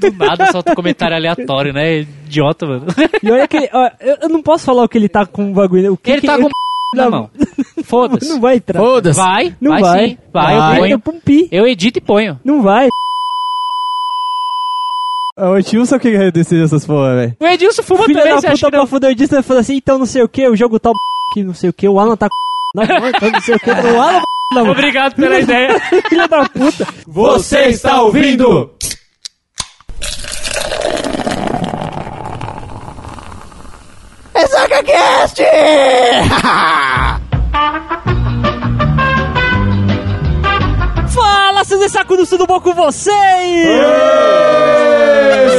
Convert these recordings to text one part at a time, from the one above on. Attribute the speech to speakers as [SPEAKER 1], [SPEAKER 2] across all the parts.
[SPEAKER 1] Do nada solta um comentário aleatório, né? Idiota, mano.
[SPEAKER 2] E olha que ele, ó, eu eu não posso falar o que ele tá com o bagulho. O que
[SPEAKER 1] Ele
[SPEAKER 2] que é?
[SPEAKER 1] tá com na mão. Foda-se.
[SPEAKER 2] Não vai entrar.
[SPEAKER 3] Foda-se.
[SPEAKER 1] Vai,
[SPEAKER 2] Não
[SPEAKER 1] vai,
[SPEAKER 2] vai.
[SPEAKER 1] sim. Vai,
[SPEAKER 3] Vai.
[SPEAKER 1] eu ponho.
[SPEAKER 2] Ainda pra um pi.
[SPEAKER 1] Eu edito e ponho.
[SPEAKER 2] Não vai.
[SPEAKER 4] Ah, O tio sabe o que é decidir essas porra, velho.
[SPEAKER 1] O Edilson fuma
[SPEAKER 2] Filho
[SPEAKER 1] também,
[SPEAKER 2] da
[SPEAKER 1] você acha
[SPEAKER 2] puta
[SPEAKER 1] que não?
[SPEAKER 2] pra fuder disso, ele falou assim, então não sei o que, o jogo tal que não sei o que, o Alan tá com na mão, então não sei o que, o Alan na mão.
[SPEAKER 1] Obrigado pela ideia.
[SPEAKER 2] Filho da puta.
[SPEAKER 3] Você está ouvindo?
[SPEAKER 2] Fala, seus sacudos, tudo bom com vocês?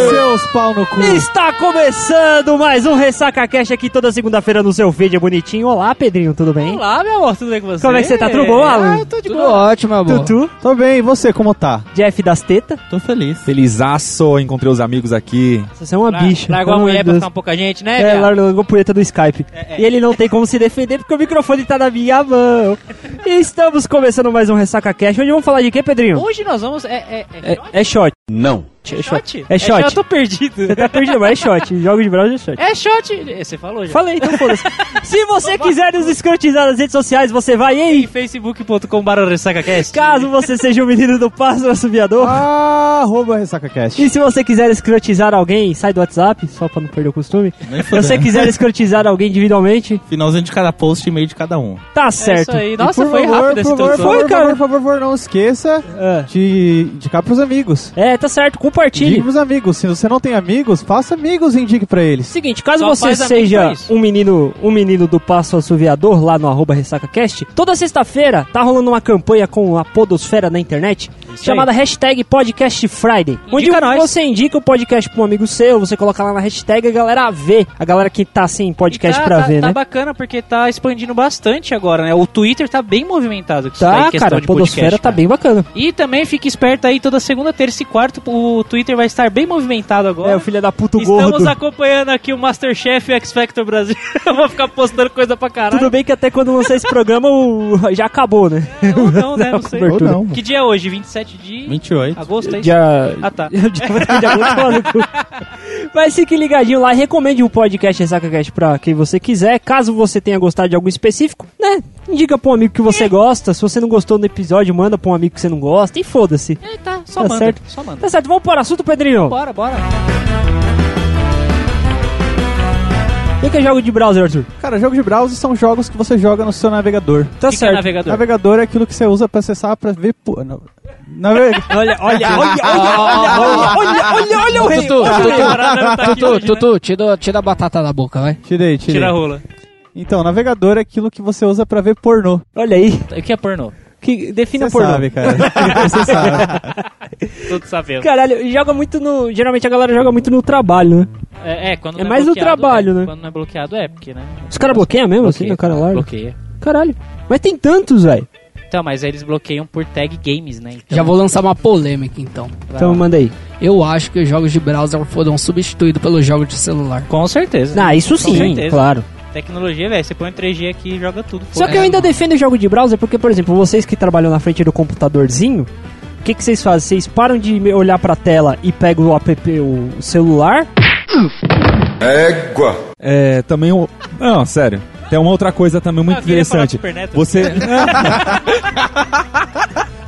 [SPEAKER 4] Seus pau no cu.
[SPEAKER 2] Está começando mais um Ressaca Cash aqui toda segunda-feira no seu vídeo bonitinho. Olá, Pedrinho, tudo bem?
[SPEAKER 1] Olá, meu amor, tudo bem com você?
[SPEAKER 2] Como é que você tá? Tudo bom, Alan?
[SPEAKER 1] Ah, eu tô de
[SPEAKER 3] Tudo
[SPEAKER 1] boa.
[SPEAKER 3] ótimo, amor.
[SPEAKER 2] Tutu,
[SPEAKER 4] Tô bem, e você, como tá?
[SPEAKER 2] Jeff das Tetas.
[SPEAKER 4] Tô feliz.
[SPEAKER 3] Felizaço, encontrei os amigos aqui.
[SPEAKER 2] Você é uma
[SPEAKER 1] Lá-
[SPEAKER 2] bicha.
[SPEAKER 1] Largou a
[SPEAKER 2] pelo amor
[SPEAKER 1] mulher
[SPEAKER 2] de
[SPEAKER 1] pra
[SPEAKER 2] Deus.
[SPEAKER 1] ficar um pouco a gente, né?
[SPEAKER 2] É,
[SPEAKER 1] viado?
[SPEAKER 2] largou a punheta do Skype. E ele não tem como se defender porque o microfone tá na minha mão. E estamos começando mais um Ressaca Cash. Onde vamos falar de quê, Pedrinho?
[SPEAKER 1] Hoje nós vamos. É, é, é, shot?
[SPEAKER 2] É, é shot.
[SPEAKER 3] Não.
[SPEAKER 2] É shot.
[SPEAKER 1] É
[SPEAKER 2] É shot.
[SPEAKER 1] shot. Eu tô perdido.
[SPEAKER 2] Você tá perdido, mas é shot. Jogo de browser é shot.
[SPEAKER 1] É shot. É, Você falou já.
[SPEAKER 2] Falei, então foda-se. Se você quiser nos escrotizar nas redes sociais, você vai
[SPEAKER 1] Em
[SPEAKER 2] em.
[SPEAKER 1] facebook.com.br ressacacast.
[SPEAKER 2] Caso você seja o menino do pássaro assobiador.
[SPEAKER 4] Arroba RessacaCast.
[SPEAKER 2] E se você quiser escrotizar alguém, sai do WhatsApp, só pra não perder o costume. Se você quiser escrotizar alguém individualmente,
[SPEAKER 5] Finalzinho de cada post e meio de cada um.
[SPEAKER 2] tá
[SPEAKER 1] É
[SPEAKER 2] certo.
[SPEAKER 1] isso aí. Nossa,
[SPEAKER 4] por
[SPEAKER 1] foi
[SPEAKER 4] favor,
[SPEAKER 1] rápido esse
[SPEAKER 4] por favor,
[SPEAKER 1] introdução.
[SPEAKER 4] por favor,
[SPEAKER 2] Foi, cara.
[SPEAKER 4] Por favor, por favor, não esqueça
[SPEAKER 2] É.
[SPEAKER 4] de indicar pros amigos.
[SPEAKER 2] É, tá certo, compartilhe.
[SPEAKER 4] Indique pros amigos. Se você não tem amigos, faça amigos e indique pra eles.
[SPEAKER 2] Seguinte, caso
[SPEAKER 1] Só
[SPEAKER 2] você
[SPEAKER 1] faz amigo
[SPEAKER 2] seja
[SPEAKER 1] pra isso.
[SPEAKER 2] um menino, um menino do passo assoviador lá no arroba RessacaCast, toda sexta-feira tá rolando uma campanha com a podosfera na internet chamada hashtag Podcast Friday. Onde
[SPEAKER 1] Indica nós.
[SPEAKER 2] você indica o podcast pra um amigo seu, você coloca lá na hashtag e a galera vê. A galera que tá sem podcast
[SPEAKER 1] tá,
[SPEAKER 2] pra
[SPEAKER 1] tá-
[SPEAKER 2] ver,
[SPEAKER 1] tá
[SPEAKER 2] né?
[SPEAKER 1] bacana porque tá expandindo bastante agora, né? O Twitter tá bem movimentado. com isso daí,
[SPEAKER 2] Tá,
[SPEAKER 1] questão
[SPEAKER 2] cara, a
[SPEAKER 1] de
[SPEAKER 2] podosfera
[SPEAKER 1] podcast,
[SPEAKER 2] tá
[SPEAKER 1] cara.
[SPEAKER 2] bem bacana.
[SPEAKER 1] E também fique esperto aí, toda segunda, terça e quarta, o Twitter vai estar bem movimentado agora.
[SPEAKER 2] É, o filho da puta o
[SPEAKER 1] Estamos
[SPEAKER 2] gordo.
[SPEAKER 1] acompanhando aqui o Masterchef e o X Factor Brasil. Eu vou ficar postando coisa pra caralho.
[SPEAKER 2] Tudo bem que até quando lançar esse programa o... já acabou, né?
[SPEAKER 1] É, ou não, né? Não sei.
[SPEAKER 2] Cobertura.
[SPEAKER 4] Ou não.
[SPEAKER 1] Que dia é hoje? 27 de
[SPEAKER 5] 28.
[SPEAKER 1] agosto, é isso?
[SPEAKER 2] Já...
[SPEAKER 1] Ah, tá.
[SPEAKER 2] Eu já vou ter de algum tomar no cu. Mas fique ligadinho lá, e recomende o podcast RessacaCast pra quem você quiser. Caso você tenha gostado de algum específico, né? Indica pra um amigo que você gosta. Se você não gostou do episódio, manda pra um amigo que você não gosta. E foda-se.
[SPEAKER 1] É, tá, só
[SPEAKER 2] Tá
[SPEAKER 1] manda.
[SPEAKER 2] certo.
[SPEAKER 1] Só manda.
[SPEAKER 2] Tá certo, vamos para o assunto, Pedrinho.
[SPEAKER 1] Bora, bora.
[SPEAKER 2] O que que é jogo de browser, Arthur?
[SPEAKER 4] Cara, jogos de browser são jogos que você joga no seu navegador.
[SPEAKER 2] Tá
[SPEAKER 1] Fica
[SPEAKER 2] certo.
[SPEAKER 1] navegador.
[SPEAKER 4] Navegador é aquilo que você usa pra acessar, pra ver... Pô, não. Navega-
[SPEAKER 2] Olha, olha, olha, olha, olha, olha, olha, olha, olha o rei.
[SPEAKER 3] Tutu,
[SPEAKER 2] olha o rei.
[SPEAKER 1] Parada tá aqui
[SPEAKER 3] Tutu,
[SPEAKER 1] hoje, né?
[SPEAKER 3] Tutu, tira, tira a batata da boca, vai.
[SPEAKER 4] Tirei, tirei.
[SPEAKER 1] Tira a rola.
[SPEAKER 4] Então, navegador é aquilo que você usa pra ver pornô.
[SPEAKER 2] Olha aí.
[SPEAKER 1] O que é pornô?
[SPEAKER 2] Que, defina
[SPEAKER 4] Você
[SPEAKER 2] por nome.
[SPEAKER 4] sabe, cara. Você sabe.
[SPEAKER 1] Todos sabemos.
[SPEAKER 2] Caralho, joga muito no. Geralmente a galera joga muito no trabalho, né?
[SPEAKER 1] É, é, quando
[SPEAKER 2] É
[SPEAKER 1] não
[SPEAKER 2] mais no
[SPEAKER 1] bloqueado,
[SPEAKER 2] trabalho,
[SPEAKER 1] é.
[SPEAKER 2] né?
[SPEAKER 1] Quando não é bloqueado, é, porque, né?
[SPEAKER 2] Os caras bloqueiam mesmo, assim,
[SPEAKER 1] Bloqueia,
[SPEAKER 2] no cara lá.
[SPEAKER 1] Bloqueia.
[SPEAKER 2] Caralho. Mas tem tantos, velho.
[SPEAKER 1] Então, mas eles bloqueiam por tag games, né? Então,
[SPEAKER 6] Já vou lançar uma polêmica então.
[SPEAKER 1] vai
[SPEAKER 2] Então
[SPEAKER 1] lá.
[SPEAKER 2] manda aí.
[SPEAKER 6] Eu acho que os jogos de browser foram substituídos pelos jogos de celular.
[SPEAKER 1] Com certeza.
[SPEAKER 2] Ah, isso sim,
[SPEAKER 1] certeza.
[SPEAKER 2] claro.
[SPEAKER 1] Tecnologia, velho, você põe um 3G aqui e joga tudo.
[SPEAKER 2] Só
[SPEAKER 1] foda-se.
[SPEAKER 2] que eu ainda defendo o jogo de browser porque, por exemplo, vocês que trabalham na frente do computadorzinho, o que, que vocês fazem? Vocês param de me- olhar pra tela e pegam o app, o celular?
[SPEAKER 7] Égua.
[SPEAKER 5] É, também o. Não, sério. Tem uma outra coisa também muito
[SPEAKER 1] Ah, eu queria falar do
[SPEAKER 5] interessante.
[SPEAKER 1] Super Neto.
[SPEAKER 5] Você.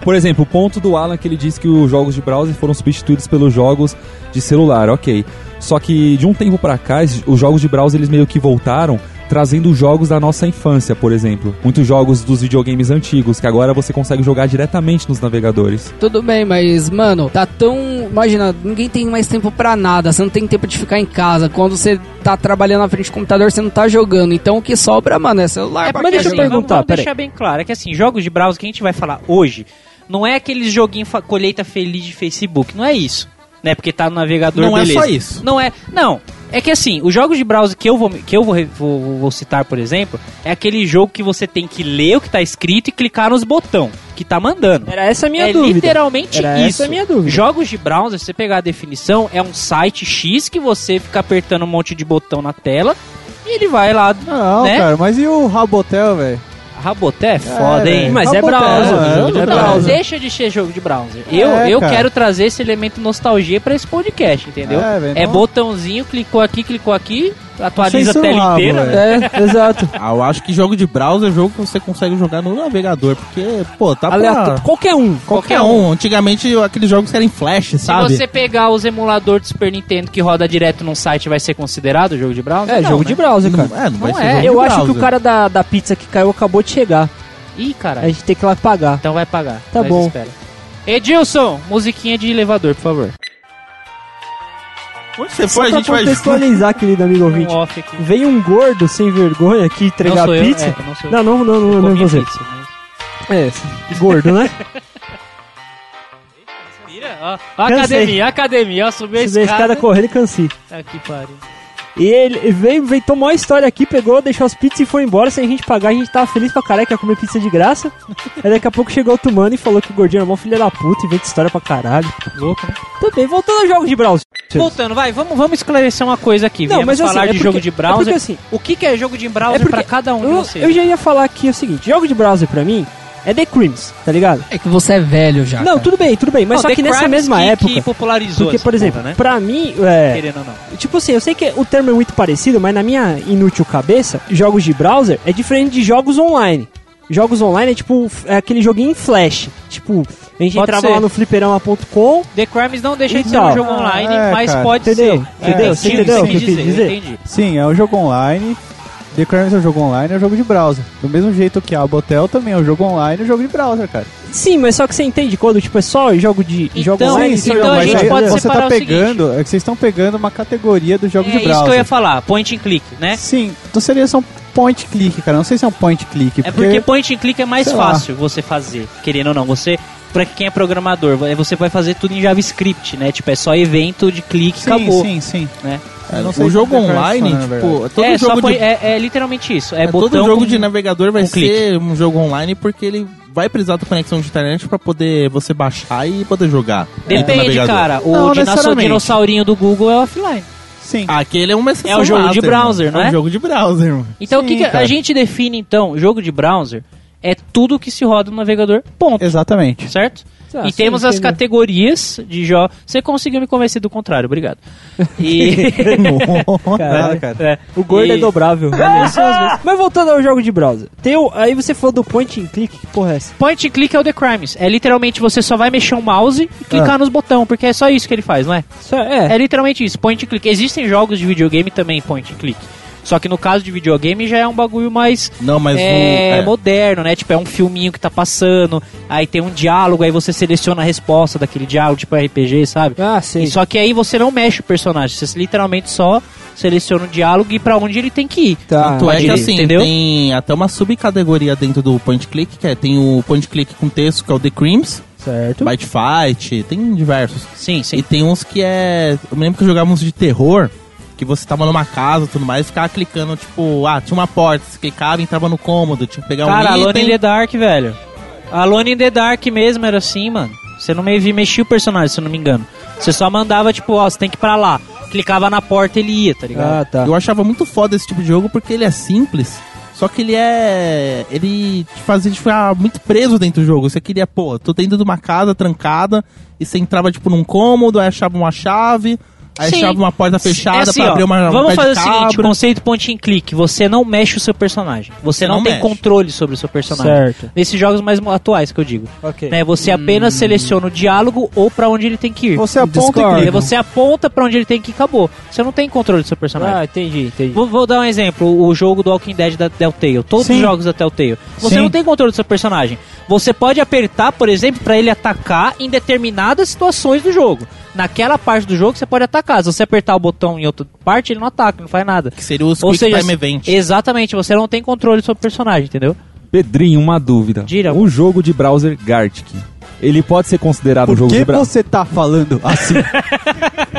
[SPEAKER 5] Por exemplo, o ponto do Alan é que ele disse que os jogos de browser foram substituídos pelos jogos de celular, ok. Só que de um tempo pra cá, es- os jogos de browser eles meio que voltaram trazendo os jogos da nossa infância, por exemplo. Muitos jogos dos videogames antigos, que agora você consegue jogar diretamente nos navegadores.
[SPEAKER 6] Tudo bem, mas, mano, tá tão. Imagina, ninguém tem mais tempo pra nada. Você não tem tempo de ficar em casa. Quando você tá trabalhando na frente do computador, você não tá jogando. Então o que sobra, mano, é celular.
[SPEAKER 1] É,
[SPEAKER 6] pra
[SPEAKER 1] mas
[SPEAKER 6] quê,
[SPEAKER 1] deixa eu
[SPEAKER 6] gente?
[SPEAKER 1] perguntar, vamos, vamos
[SPEAKER 2] peraí.
[SPEAKER 1] deixar bem claro, é que assim, jogos de browser que a gente vai falar hoje, não é aqueles joguinho fa- colheita feliz de Facebook, não é isso, né? Porque tá no navegador,
[SPEAKER 5] Não é
[SPEAKER 1] beleza.
[SPEAKER 5] só isso.
[SPEAKER 1] Não é, não, é que assim, os jogos de browser que eu vou que eu vou, re- vou, vou citar, por exemplo, é aquele jogo que você tem que ler o que tá escrito e clicar nos botão que tá mandando.
[SPEAKER 2] Era essa a minha
[SPEAKER 1] é
[SPEAKER 2] dúvida.
[SPEAKER 1] literalmente
[SPEAKER 2] Era
[SPEAKER 1] isso.
[SPEAKER 2] essa a minha dúvida.
[SPEAKER 1] Jogos de browser, se você pegar a definição, é um site X que você fica apertando um monte de botão na tela e ele vai lá
[SPEAKER 4] Não,
[SPEAKER 1] Né?
[SPEAKER 4] cara, mas e o Rabotel, velho?
[SPEAKER 1] Raboté é foda,
[SPEAKER 4] É,
[SPEAKER 1] hein?
[SPEAKER 4] velho.
[SPEAKER 2] Mas é
[SPEAKER 4] Raboté,
[SPEAKER 2] browser,
[SPEAKER 4] é,
[SPEAKER 2] jogo de
[SPEAKER 1] Não,
[SPEAKER 4] é
[SPEAKER 1] não,
[SPEAKER 2] browser.
[SPEAKER 1] deixa de ser jogo de browser. Eu,
[SPEAKER 4] É,
[SPEAKER 1] eu
[SPEAKER 4] cara.
[SPEAKER 1] quero trazer esse elemento nostalgia pra esse podcast, entendeu?
[SPEAKER 4] É, velho,
[SPEAKER 1] É
[SPEAKER 4] não-
[SPEAKER 1] botãozinho, clicou aqui, clicou aqui, atualiza a
[SPEAKER 4] Sem
[SPEAKER 1] tela
[SPEAKER 4] surrabo,
[SPEAKER 1] inteira.
[SPEAKER 4] velho.
[SPEAKER 2] É, exato.
[SPEAKER 7] Ah, eu acho que jogo de browser é jogo que você consegue jogar no navegador, porque, pô, tá pra
[SPEAKER 2] Aleatório. Qualquer um.
[SPEAKER 7] qualquer um. Antigamente aqueles jogos que eram em flash,
[SPEAKER 1] Se
[SPEAKER 7] sabe?
[SPEAKER 1] você pegar os emuladores de Super Nintendo que roda direto num site, vai ser considerado jogo de browser?
[SPEAKER 2] É,
[SPEAKER 1] Não,
[SPEAKER 2] jogo
[SPEAKER 1] né?
[SPEAKER 2] de browser, cara.
[SPEAKER 7] Não, é, não vai
[SPEAKER 1] Não é.
[SPEAKER 7] ser
[SPEAKER 4] um
[SPEAKER 7] jogo de
[SPEAKER 2] Eu acho que
[SPEAKER 7] browser.
[SPEAKER 2] o cara da, da pizza que caiu acabou de chegar.
[SPEAKER 1] Ih,
[SPEAKER 2] A
[SPEAKER 1] caralho.
[SPEAKER 2] gente tem que ir lá pagar.
[SPEAKER 1] Então vai pagar.
[SPEAKER 2] É. Tá
[SPEAKER 1] Nós
[SPEAKER 2] bom.
[SPEAKER 1] Espera. Edilson, musiquinha de elevador, por favor.
[SPEAKER 7] Onde você
[SPEAKER 2] Só
[SPEAKER 7] foi, a
[SPEAKER 2] pra
[SPEAKER 7] gente vai junto.
[SPEAKER 2] contextualizar, querido amigo
[SPEAKER 1] Um
[SPEAKER 2] ouvinte.
[SPEAKER 1] off aqui.
[SPEAKER 2] Veio um gordo sem vergonha aqui entregar
[SPEAKER 1] não sou
[SPEAKER 2] pizza.
[SPEAKER 1] Eu, é, não sou eu.
[SPEAKER 2] Não, não, não, não, não é
[SPEAKER 1] Comi
[SPEAKER 2] você.
[SPEAKER 1] pizza, né? mas-
[SPEAKER 2] É, gordo, né?
[SPEAKER 1] Mira, ó, ó a
[SPEAKER 2] Cansei.
[SPEAKER 1] academia, a academia, ó, subiu a
[SPEAKER 2] Subi a escada
[SPEAKER 1] escada.
[SPEAKER 2] correndo e cansei.
[SPEAKER 1] Tá que pariu.
[SPEAKER 2] E ele veio, inventou uma história aqui, pegou, deixou as pizzas e foi embora sem a gente pagar. A gente tava feliz pra caralho que ia comer pizza de graça. Aí daqui a pouco chegou outro mano e falou que o gordinho era mó filho da puta, inventa história pra caralho.
[SPEAKER 1] Louco, né?
[SPEAKER 2] Também, voltando aos jogos de browser.
[SPEAKER 1] Voltando, vai, vamos, vamos esclarecer uma coisa aqui. Viemos falar de
[SPEAKER 2] porque-
[SPEAKER 1] jogo de
[SPEAKER 2] É porque,
[SPEAKER 1] browser.
[SPEAKER 2] assim,
[SPEAKER 1] O que, que é jogo de browser
[SPEAKER 2] É porque
[SPEAKER 1] pra cada um de
[SPEAKER 2] eu,
[SPEAKER 1] vocês?
[SPEAKER 2] eu já ia falar aqui o seguinte: jogo de browser pra mim é The Crims, tá ligado?
[SPEAKER 6] É que você é velho já.
[SPEAKER 2] Não,
[SPEAKER 6] cara.
[SPEAKER 2] tudo bem, tudo bem, mas
[SPEAKER 1] Ah, tá. Não,
[SPEAKER 2] só
[SPEAKER 1] The
[SPEAKER 2] que nessa
[SPEAKER 1] Crimes
[SPEAKER 2] mesma
[SPEAKER 1] que-
[SPEAKER 2] época.
[SPEAKER 1] Que popularizou
[SPEAKER 2] porque,
[SPEAKER 1] essa
[SPEAKER 2] por
[SPEAKER 1] porra,
[SPEAKER 2] exemplo,
[SPEAKER 1] né?
[SPEAKER 2] pra mim, é,
[SPEAKER 1] Querendo ou não.
[SPEAKER 2] Tipo assim, eu sei que o termo é muito parecido, mas na minha inútil cabeça, jogos de browser é diferente de jogos online. Jogos online é tipo é aquele joguinho em flash. Tipo, a gente
[SPEAKER 1] Pode
[SPEAKER 2] entrava
[SPEAKER 1] ser.
[SPEAKER 2] lá no fliperama.com,
[SPEAKER 1] The Crimes não deixa de ser
[SPEAKER 2] Então.
[SPEAKER 1] um jogo online,
[SPEAKER 4] É,
[SPEAKER 1] mas
[SPEAKER 4] cara,
[SPEAKER 1] pode
[SPEAKER 2] entendeu?
[SPEAKER 1] ser.
[SPEAKER 2] Entendeu?
[SPEAKER 1] É,
[SPEAKER 2] Você
[SPEAKER 1] entendi
[SPEAKER 2] entendeu o
[SPEAKER 1] o
[SPEAKER 2] que eu quis dizer?
[SPEAKER 1] Entendi.
[SPEAKER 4] Sim, é um jogo online. The Crimes é um jogo online, é um jogo de browser. Do mesmo jeito que a Botel também é um jogo online, é um jogo de browser, cara.
[SPEAKER 2] Sim, mas só que você entende quando tipo é só jogo de jogo
[SPEAKER 1] Então,
[SPEAKER 2] online.
[SPEAKER 1] sim,
[SPEAKER 2] só
[SPEAKER 1] então
[SPEAKER 2] jogo
[SPEAKER 1] a
[SPEAKER 4] mas
[SPEAKER 1] gente
[SPEAKER 2] online,
[SPEAKER 4] aí
[SPEAKER 1] pode
[SPEAKER 2] entendeu?
[SPEAKER 4] você
[SPEAKER 1] separar
[SPEAKER 4] tá
[SPEAKER 1] o
[SPEAKER 4] pegando, é que vocês estão pegando uma categoria do jogo
[SPEAKER 1] É
[SPEAKER 4] de browser.
[SPEAKER 1] isso que eu ia falar, point and click, né?
[SPEAKER 4] Sim, então seria só um point click, cara. Não sei se é um point click,
[SPEAKER 1] É porque point and click é mais
[SPEAKER 4] sei lá.
[SPEAKER 1] fácil você fazer, querendo ou não. Você, pra quem é programador, você vai fazer tudo em JavaScript, né? Tipo, é só evento de clique e
[SPEAKER 4] sim,
[SPEAKER 1] acabou.
[SPEAKER 4] sim, sim.
[SPEAKER 1] né?
[SPEAKER 4] Eu não sei
[SPEAKER 7] O
[SPEAKER 4] como
[SPEAKER 7] jogo
[SPEAKER 4] The Crimes
[SPEAKER 7] online,
[SPEAKER 4] funciona, na verdade.
[SPEAKER 7] tipo, todo
[SPEAKER 1] é,
[SPEAKER 7] jogo
[SPEAKER 1] só põe-
[SPEAKER 7] de
[SPEAKER 1] é, é literalmente isso. É,
[SPEAKER 7] É,
[SPEAKER 1] botão
[SPEAKER 7] todo jogo
[SPEAKER 1] com-
[SPEAKER 7] de navegador vai
[SPEAKER 1] com clique.
[SPEAKER 7] ser um jogo online porque ele vai precisar da conexão de internet pra poder você baixar e poder jogar. dentro do
[SPEAKER 1] Depende,
[SPEAKER 7] navegador.
[SPEAKER 1] cara. O
[SPEAKER 4] Não,
[SPEAKER 1] dinossau-
[SPEAKER 4] necessariamente.
[SPEAKER 1] dinossaurinho do Google é offline.
[SPEAKER 4] Sim.
[SPEAKER 7] Aquele é uma exceção.
[SPEAKER 1] É o jogo
[SPEAKER 7] nata,
[SPEAKER 1] de
[SPEAKER 7] irmão.
[SPEAKER 1] browser, não
[SPEAKER 7] É
[SPEAKER 1] é?
[SPEAKER 7] um jogo de browser, mano.
[SPEAKER 1] Então o
[SPEAKER 4] Sim,
[SPEAKER 1] que, que a
[SPEAKER 4] cara.
[SPEAKER 1] gente define então? Jogo de browser é tudo que se roda no navegador. Ponto.
[SPEAKER 7] É.
[SPEAKER 4] Exatamente.
[SPEAKER 1] Certo?
[SPEAKER 2] Ah,
[SPEAKER 1] e
[SPEAKER 2] sim,
[SPEAKER 1] temos as
[SPEAKER 2] entendeu?
[SPEAKER 1] categorias de jogos. Você conseguiu me convencer do contrário, obrigado. E
[SPEAKER 4] Nada, um. cara.
[SPEAKER 1] é,
[SPEAKER 2] O gordo
[SPEAKER 1] e-
[SPEAKER 2] é dobrável. mas voltando ao jogo de browser. Tem o, aí você falou do point and click, que porra é essa?
[SPEAKER 1] Point and click é o The Crimes. É literalmente você só vai mexer o mouse e
[SPEAKER 7] Ah.
[SPEAKER 1] clicar nos botões, porque é só isso que ele faz, não é?
[SPEAKER 2] Isso é,
[SPEAKER 1] É literalmente isso, point and click. Existem jogos de videogame também point and click. Só que no caso de videogame já é um bagulho mais
[SPEAKER 7] Não, mas
[SPEAKER 1] é,
[SPEAKER 7] o.
[SPEAKER 1] moderno, né? Tipo, é um filminho que tá passando, aí tem um diálogo, aí você seleciona a resposta daquele diálogo, tipo RPG, sabe?
[SPEAKER 2] Ah, sim.
[SPEAKER 1] E só que aí você não mexe o personagem, você literalmente só seleciona o diálogo e pra onde ele tem que ir.
[SPEAKER 2] Tá.
[SPEAKER 7] Tanto
[SPEAKER 1] pra
[SPEAKER 7] é que
[SPEAKER 1] direita,
[SPEAKER 7] assim,
[SPEAKER 1] entendeu?
[SPEAKER 7] tem até uma subcategoria dentro do point click, que é tem o point click com texto, que é o The Creams,
[SPEAKER 2] Certo.
[SPEAKER 7] Bite Fight, tem diversos.
[SPEAKER 1] Sim,
[SPEAKER 7] E
[SPEAKER 1] sim.
[SPEAKER 7] tem uns que é. Eu me lembro que eu jogava uns de terror, que você tava numa casa e tudo mais, e ficava clicando, tipo, ah, tinha uma porta, você clicava e entrava no cômodo, tinha que pegar
[SPEAKER 1] Cara,
[SPEAKER 7] um item.
[SPEAKER 1] Alone in the Dark, velho. Alone in the Dark mesmo era assim, mano. Você não meio mexia o personagem, se eu não me engano. Você só mandava, tipo, ó, você tem que ir pra lá. Clicava na porta ele ia, tá ligado?
[SPEAKER 2] Ah, tá.
[SPEAKER 7] Eu achava muito foda esse tipo de jogo porque ele é simples. Só que ele é. Ele te fazia tipo, ficar muito preso dentro do jogo. Você queria, pô, tô dentro de uma casa trancada e você entrava, tipo, num cômodo, aí achava uma chave, aí
[SPEAKER 1] Sim.
[SPEAKER 7] achava uma porta fechada
[SPEAKER 1] É assim,
[SPEAKER 7] pra
[SPEAKER 1] ó,
[SPEAKER 7] abrir uma. um
[SPEAKER 1] Vamos
[SPEAKER 7] pé de
[SPEAKER 1] fazer o seguinte:
[SPEAKER 7] cabra.
[SPEAKER 1] conceito point and click. Você não mexe o seu personagem. Você
[SPEAKER 7] Você
[SPEAKER 1] não,
[SPEAKER 7] não
[SPEAKER 1] tem
[SPEAKER 7] mexe.
[SPEAKER 1] controle sobre o seu personagem.
[SPEAKER 2] Certo.
[SPEAKER 1] Nesses jogos mais mo- atuais que eu digo.
[SPEAKER 2] Ok.
[SPEAKER 1] Né, você
[SPEAKER 7] Hum.
[SPEAKER 1] apenas seleciona o diálogo ou pra onde ele tem que ir.
[SPEAKER 4] Você aponta e
[SPEAKER 2] Discord.
[SPEAKER 1] Entendeu?
[SPEAKER 4] clica.
[SPEAKER 1] Você aponta pra onde ele tem que ir, acabou. Você não tem controle do seu personagem.
[SPEAKER 2] Ah, entendi, entendi.
[SPEAKER 1] Vou, vou dar um exemplo, o jogo do Walking Dead da Telltale, todos
[SPEAKER 4] Sim.
[SPEAKER 1] os jogos da Telltale. Você
[SPEAKER 4] Sim.
[SPEAKER 1] não tem controle do seu personagem. Você pode apertar, por exemplo, pra ele atacar em determinadas situações do jogo. Naquela parte do jogo você pode atacar. Se você apertar o botão em outra parte, ele não ataca, não faz nada.
[SPEAKER 7] Que seria os
[SPEAKER 1] Ou
[SPEAKER 7] Quick
[SPEAKER 1] seja,
[SPEAKER 7] Time Event.
[SPEAKER 1] Exatamente, você não tem controle sobre o personagem, entendeu?
[SPEAKER 5] Pedrinho, uma dúvida.
[SPEAKER 1] Diga.
[SPEAKER 5] O jogo de browser Gartic, ele pode ser considerado um
[SPEAKER 4] Por
[SPEAKER 5] jogo
[SPEAKER 4] que
[SPEAKER 5] de browser?
[SPEAKER 4] você tá falando assim?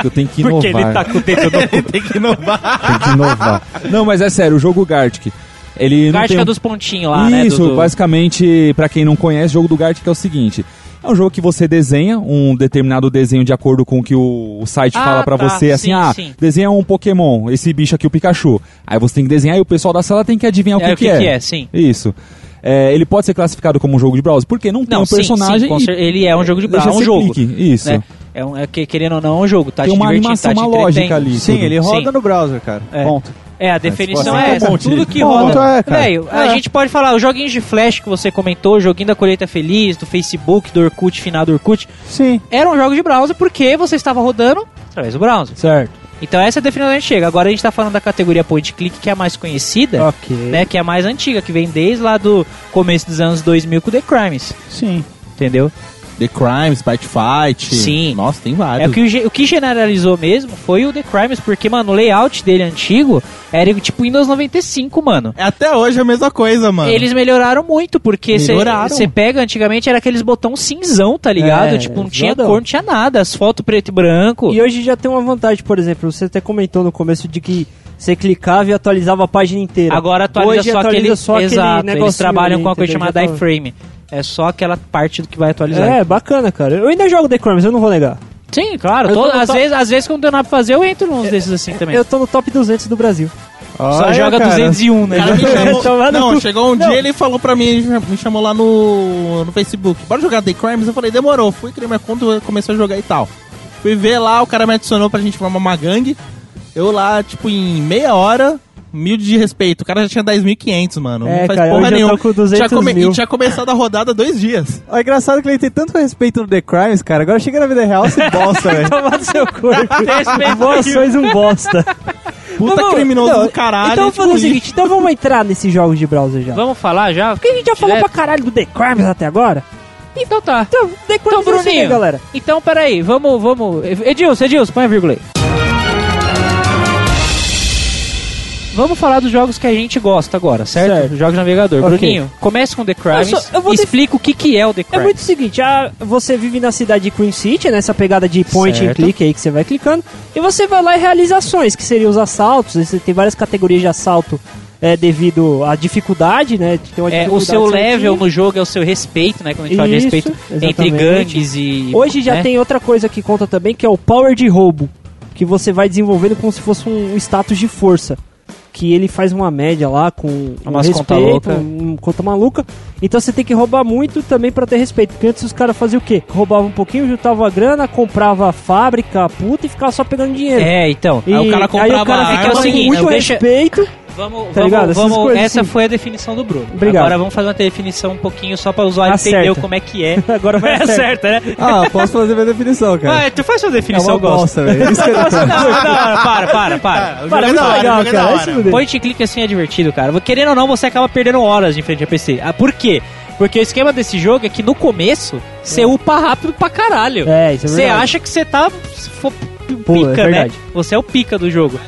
[SPEAKER 5] Eu tenho que inovar.
[SPEAKER 1] tá com o dedo no
[SPEAKER 7] Tem que inovar.
[SPEAKER 5] Tem que inovar. Não, mas é sério, o jogo Gartic, ele não tem...
[SPEAKER 1] Gártica dos pontinhos lá, é né?
[SPEAKER 5] Isso,
[SPEAKER 1] do- do-
[SPEAKER 5] basicamente, pra quem não conhece, o jogo do Gartic é o seguinte. É um jogo que você desenha um determinado desenho de acordo com o que o, o site
[SPEAKER 1] Ah,
[SPEAKER 5] fala pra
[SPEAKER 1] tá,
[SPEAKER 5] você, assim,
[SPEAKER 1] sim,
[SPEAKER 5] ah,
[SPEAKER 1] sim.
[SPEAKER 5] desenha um Pokémon, esse bicho aqui, o Pikachu. Aí você tem que desenhar e o pessoal da sala tem que adivinhar o
[SPEAKER 1] É,
[SPEAKER 5] que,
[SPEAKER 1] o que, que é, sim.
[SPEAKER 5] Isso. é, ele pode ser classificado como um jogo de browser, porque não tem
[SPEAKER 1] Não,
[SPEAKER 5] um
[SPEAKER 1] sim,
[SPEAKER 5] personagem
[SPEAKER 1] sim, com
[SPEAKER 5] e
[SPEAKER 1] cer- ele é um jogo de
[SPEAKER 5] deixa
[SPEAKER 1] braço, é um
[SPEAKER 5] você
[SPEAKER 1] jogo.
[SPEAKER 5] clique. Isso.
[SPEAKER 1] né? É um, é que- querendo ou não, é um jogo, tá
[SPEAKER 5] Tem
[SPEAKER 1] te
[SPEAKER 5] uma
[SPEAKER 1] divertindo, tá
[SPEAKER 5] animação,
[SPEAKER 1] te
[SPEAKER 5] uma lógica
[SPEAKER 1] entretendo.
[SPEAKER 5] ali.
[SPEAKER 4] Sim,
[SPEAKER 5] tudo.
[SPEAKER 4] ele roda
[SPEAKER 1] Sim.
[SPEAKER 4] no browser, cara.
[SPEAKER 1] É.
[SPEAKER 4] Ponto.
[SPEAKER 1] É, a definição
[SPEAKER 5] assim,
[SPEAKER 1] é
[SPEAKER 5] um
[SPEAKER 1] essa.
[SPEAKER 5] monte.
[SPEAKER 1] Tudo que
[SPEAKER 4] Ponto
[SPEAKER 1] roda.
[SPEAKER 4] é, cara.
[SPEAKER 1] Velho, a gente pode falar, os joguinhos de flash que você comentou, o joguinho da colheita feliz, do Facebook, do Orkut, final do Orkut,
[SPEAKER 4] Sim.
[SPEAKER 1] eram jogos de browser porque você estava rodando através do browser.
[SPEAKER 2] Certo.
[SPEAKER 1] Então essa é a definição que a gente chega. Agora a gente tá falando da categoria point click, que é a mais conhecida,
[SPEAKER 2] Ok.
[SPEAKER 1] né? Que é a mais antiga, que vem desde lá do começo dos anos 2000 com The Crimes,
[SPEAKER 4] Sim.
[SPEAKER 1] entendeu?
[SPEAKER 7] The Crimes, Bite Fight.
[SPEAKER 1] Sim.
[SPEAKER 7] Nossa, tem
[SPEAKER 1] É
[SPEAKER 4] Ah,
[SPEAKER 7] vários.
[SPEAKER 1] o que, o ge- o que generalizou mesmo foi o The Crimes, porque, mano, o layout dele antigo era tipo Windows 95, mano.
[SPEAKER 7] Até hoje é a mesma coisa, mano.
[SPEAKER 1] Eles melhoraram muito, porque
[SPEAKER 7] Melhoraram.
[SPEAKER 1] você pega, antigamente era aqueles botão cinzão, tá ligado?
[SPEAKER 2] É,
[SPEAKER 1] tipo, não tinha
[SPEAKER 2] zoadão.
[SPEAKER 1] cor, não tinha nada, as fotos preto e branco.
[SPEAKER 2] E hoje já tem uma vantagem, por exemplo, você até comentou no começo de que você clicava e atualizava a página inteira.
[SPEAKER 1] Agora atualiza
[SPEAKER 2] Hoje
[SPEAKER 1] só
[SPEAKER 2] atualiza
[SPEAKER 1] aquele.
[SPEAKER 2] só aquele
[SPEAKER 1] Exato, eles
[SPEAKER 2] negocinho
[SPEAKER 1] trabalham
[SPEAKER 2] ali,
[SPEAKER 1] com uma coisa
[SPEAKER 2] entendeu?
[SPEAKER 1] chamada né?
[SPEAKER 2] Já tá-
[SPEAKER 1] iframe. É só aquela parte do que vai atualizar.
[SPEAKER 2] É, bacana, cara. Eu ainda jogo The Crumbs, eu não vou negar.
[SPEAKER 1] Sim, claro.
[SPEAKER 2] Eu
[SPEAKER 1] todo-
[SPEAKER 2] tô-
[SPEAKER 1] às,
[SPEAKER 2] tô-
[SPEAKER 1] vezes, às vezes, quando não tem nada pra fazer, eu entro nos desses assim também.
[SPEAKER 2] Eu tô no top 200 do Brasil.
[SPEAKER 1] Só
[SPEAKER 4] Olha,
[SPEAKER 1] joga
[SPEAKER 4] cara.
[SPEAKER 1] 201,
[SPEAKER 7] O
[SPEAKER 1] né?
[SPEAKER 7] cara me chamou-
[SPEAKER 2] Tomar no
[SPEAKER 7] Não,
[SPEAKER 2] cu.
[SPEAKER 7] chegou um
[SPEAKER 2] Não.
[SPEAKER 7] dia ele falou pra mim, ele me chamou lá no, no Facebook, bora jogar The Crimes? Eu falei, demorou, fui criar minha conta, comecei a jogar e tal. Fui ver lá, o cara me adicionou pra gente formar uma gangue. Eu lá, tipo, em meia hora, mil de respeito. O cara já tinha 10.500, mano.
[SPEAKER 2] É,
[SPEAKER 7] não faz
[SPEAKER 2] cara, hoje
[SPEAKER 7] porra
[SPEAKER 2] eu tô
[SPEAKER 7] nenhuma.
[SPEAKER 2] com 200
[SPEAKER 7] tinha, come-
[SPEAKER 2] mil.
[SPEAKER 7] e tinha começado a rodada dois dias.
[SPEAKER 4] Ó, É engraçado que ele tem tanto respeito no The Crimes, cara. Agora chega na vida real, você bosta, velho.
[SPEAKER 2] Tomar no seu corpo.
[SPEAKER 1] Respeito
[SPEAKER 2] Vós sois um bosta.
[SPEAKER 7] Puta
[SPEAKER 2] Vamos-
[SPEAKER 7] criminoso
[SPEAKER 2] não,
[SPEAKER 7] do caralho.
[SPEAKER 2] Então
[SPEAKER 7] é
[SPEAKER 2] vamos fazer o
[SPEAKER 7] tipo,
[SPEAKER 2] seguinte, então vamos entrar nesses jogos de browser já.
[SPEAKER 1] Vamos falar já?
[SPEAKER 2] Porque a gente já falou
[SPEAKER 1] Direto.
[SPEAKER 2] pra caralho do The Crimes até agora.
[SPEAKER 1] Então tá.
[SPEAKER 2] Então, The Crimes
[SPEAKER 1] Então,
[SPEAKER 2] é isso aí,
[SPEAKER 1] Bruninho.
[SPEAKER 2] galera.
[SPEAKER 1] Então, peraí, vamos, vamos. Edilson, Edilson, põe a vírgula aí. Vamos falar dos jogos que a gente gosta agora, certo?
[SPEAKER 2] Certo.
[SPEAKER 1] Jogos de navegador.
[SPEAKER 2] Ok.
[SPEAKER 1] Bruninho, começa com The Crimes
[SPEAKER 2] Eu só- eu vou
[SPEAKER 1] e
[SPEAKER 2] def-
[SPEAKER 1] explica o que, que é o The
[SPEAKER 2] É
[SPEAKER 1] Crimes.
[SPEAKER 2] muito o seguinte, a- você vive na cidade de Queen City, nessa pegada de point
[SPEAKER 1] Certo.
[SPEAKER 2] and click aí que você vai clicando, e você vai lá e realiza ações, que seriam os assaltos, e você tem várias categorias de assalto é, devido à dificuldade, né? Tem uma
[SPEAKER 1] É, o
[SPEAKER 2] dificuldade
[SPEAKER 1] seu level
[SPEAKER 2] certinha.
[SPEAKER 1] no jogo é o seu respeito, né? Quando a gente fala de
[SPEAKER 2] Isso,
[SPEAKER 1] respeito entre
[SPEAKER 2] exatamente.
[SPEAKER 1] gangues e.
[SPEAKER 2] Hoje já
[SPEAKER 1] né?
[SPEAKER 2] tem outra coisa que conta também, que é o power de roubo, que você vai desenvolvendo como se fosse um status de força. Que ele faz uma média lá com um
[SPEAKER 1] Umas conta
[SPEAKER 2] respeito,
[SPEAKER 1] louca.
[SPEAKER 2] um, um conta maluca. Então você tem que roubar muito também pra ter respeito. Porque antes os caras faziam o quê? Roubavam um pouquinho, juntavam a grana, comprava a fábrica, a puta e ficava só pegando dinheiro.
[SPEAKER 1] É, então.
[SPEAKER 2] E
[SPEAKER 7] Aí o cara comprava
[SPEAKER 2] aí o cara
[SPEAKER 7] a
[SPEAKER 2] ficava
[SPEAKER 7] arma
[SPEAKER 2] com
[SPEAKER 1] e-
[SPEAKER 2] muito
[SPEAKER 1] deixa-
[SPEAKER 2] respeito.
[SPEAKER 1] Vamos,
[SPEAKER 2] Tá ligado?
[SPEAKER 1] vamos,
[SPEAKER 2] Essas
[SPEAKER 1] vamos-
[SPEAKER 2] coisas,
[SPEAKER 1] essa
[SPEAKER 2] assim.
[SPEAKER 1] foi a definição do Bruno.
[SPEAKER 2] Obrigado.
[SPEAKER 1] Agora vamos fazer uma definição um pouquinho só pra o usuário
[SPEAKER 2] Acerta.
[SPEAKER 1] entender como é que é.
[SPEAKER 2] Agora vai
[SPEAKER 1] é
[SPEAKER 2] acertar.
[SPEAKER 1] certo, né?
[SPEAKER 4] Ah, posso fazer minha definição, cara.
[SPEAKER 1] Vai, tu faz sua
[SPEAKER 4] É
[SPEAKER 1] definição,
[SPEAKER 4] uma
[SPEAKER 1] eu gosto.
[SPEAKER 4] bosta, velho. Isso que eu
[SPEAKER 1] Não, não, não, para, para, para.
[SPEAKER 7] o jogo
[SPEAKER 2] Para,
[SPEAKER 7] é
[SPEAKER 2] muito
[SPEAKER 7] da hora, o
[SPEAKER 2] legal,
[SPEAKER 7] jogo é da
[SPEAKER 2] Ah, cara.
[SPEAKER 7] hora.
[SPEAKER 2] Esse modelo.
[SPEAKER 1] Point and click assim é divertido, cara. Querendo ou não, você acaba perdendo horas em frente a PC. Ah, por quê? Porque o esquema desse jogo é que no começo você upa rápido pra caralho.
[SPEAKER 2] É, isso é
[SPEAKER 1] Você
[SPEAKER 2] verdade.
[SPEAKER 1] acha que você tá se for p-
[SPEAKER 2] Pô, é
[SPEAKER 1] pica, né?
[SPEAKER 2] verdade.
[SPEAKER 1] Você é o pica do jogo.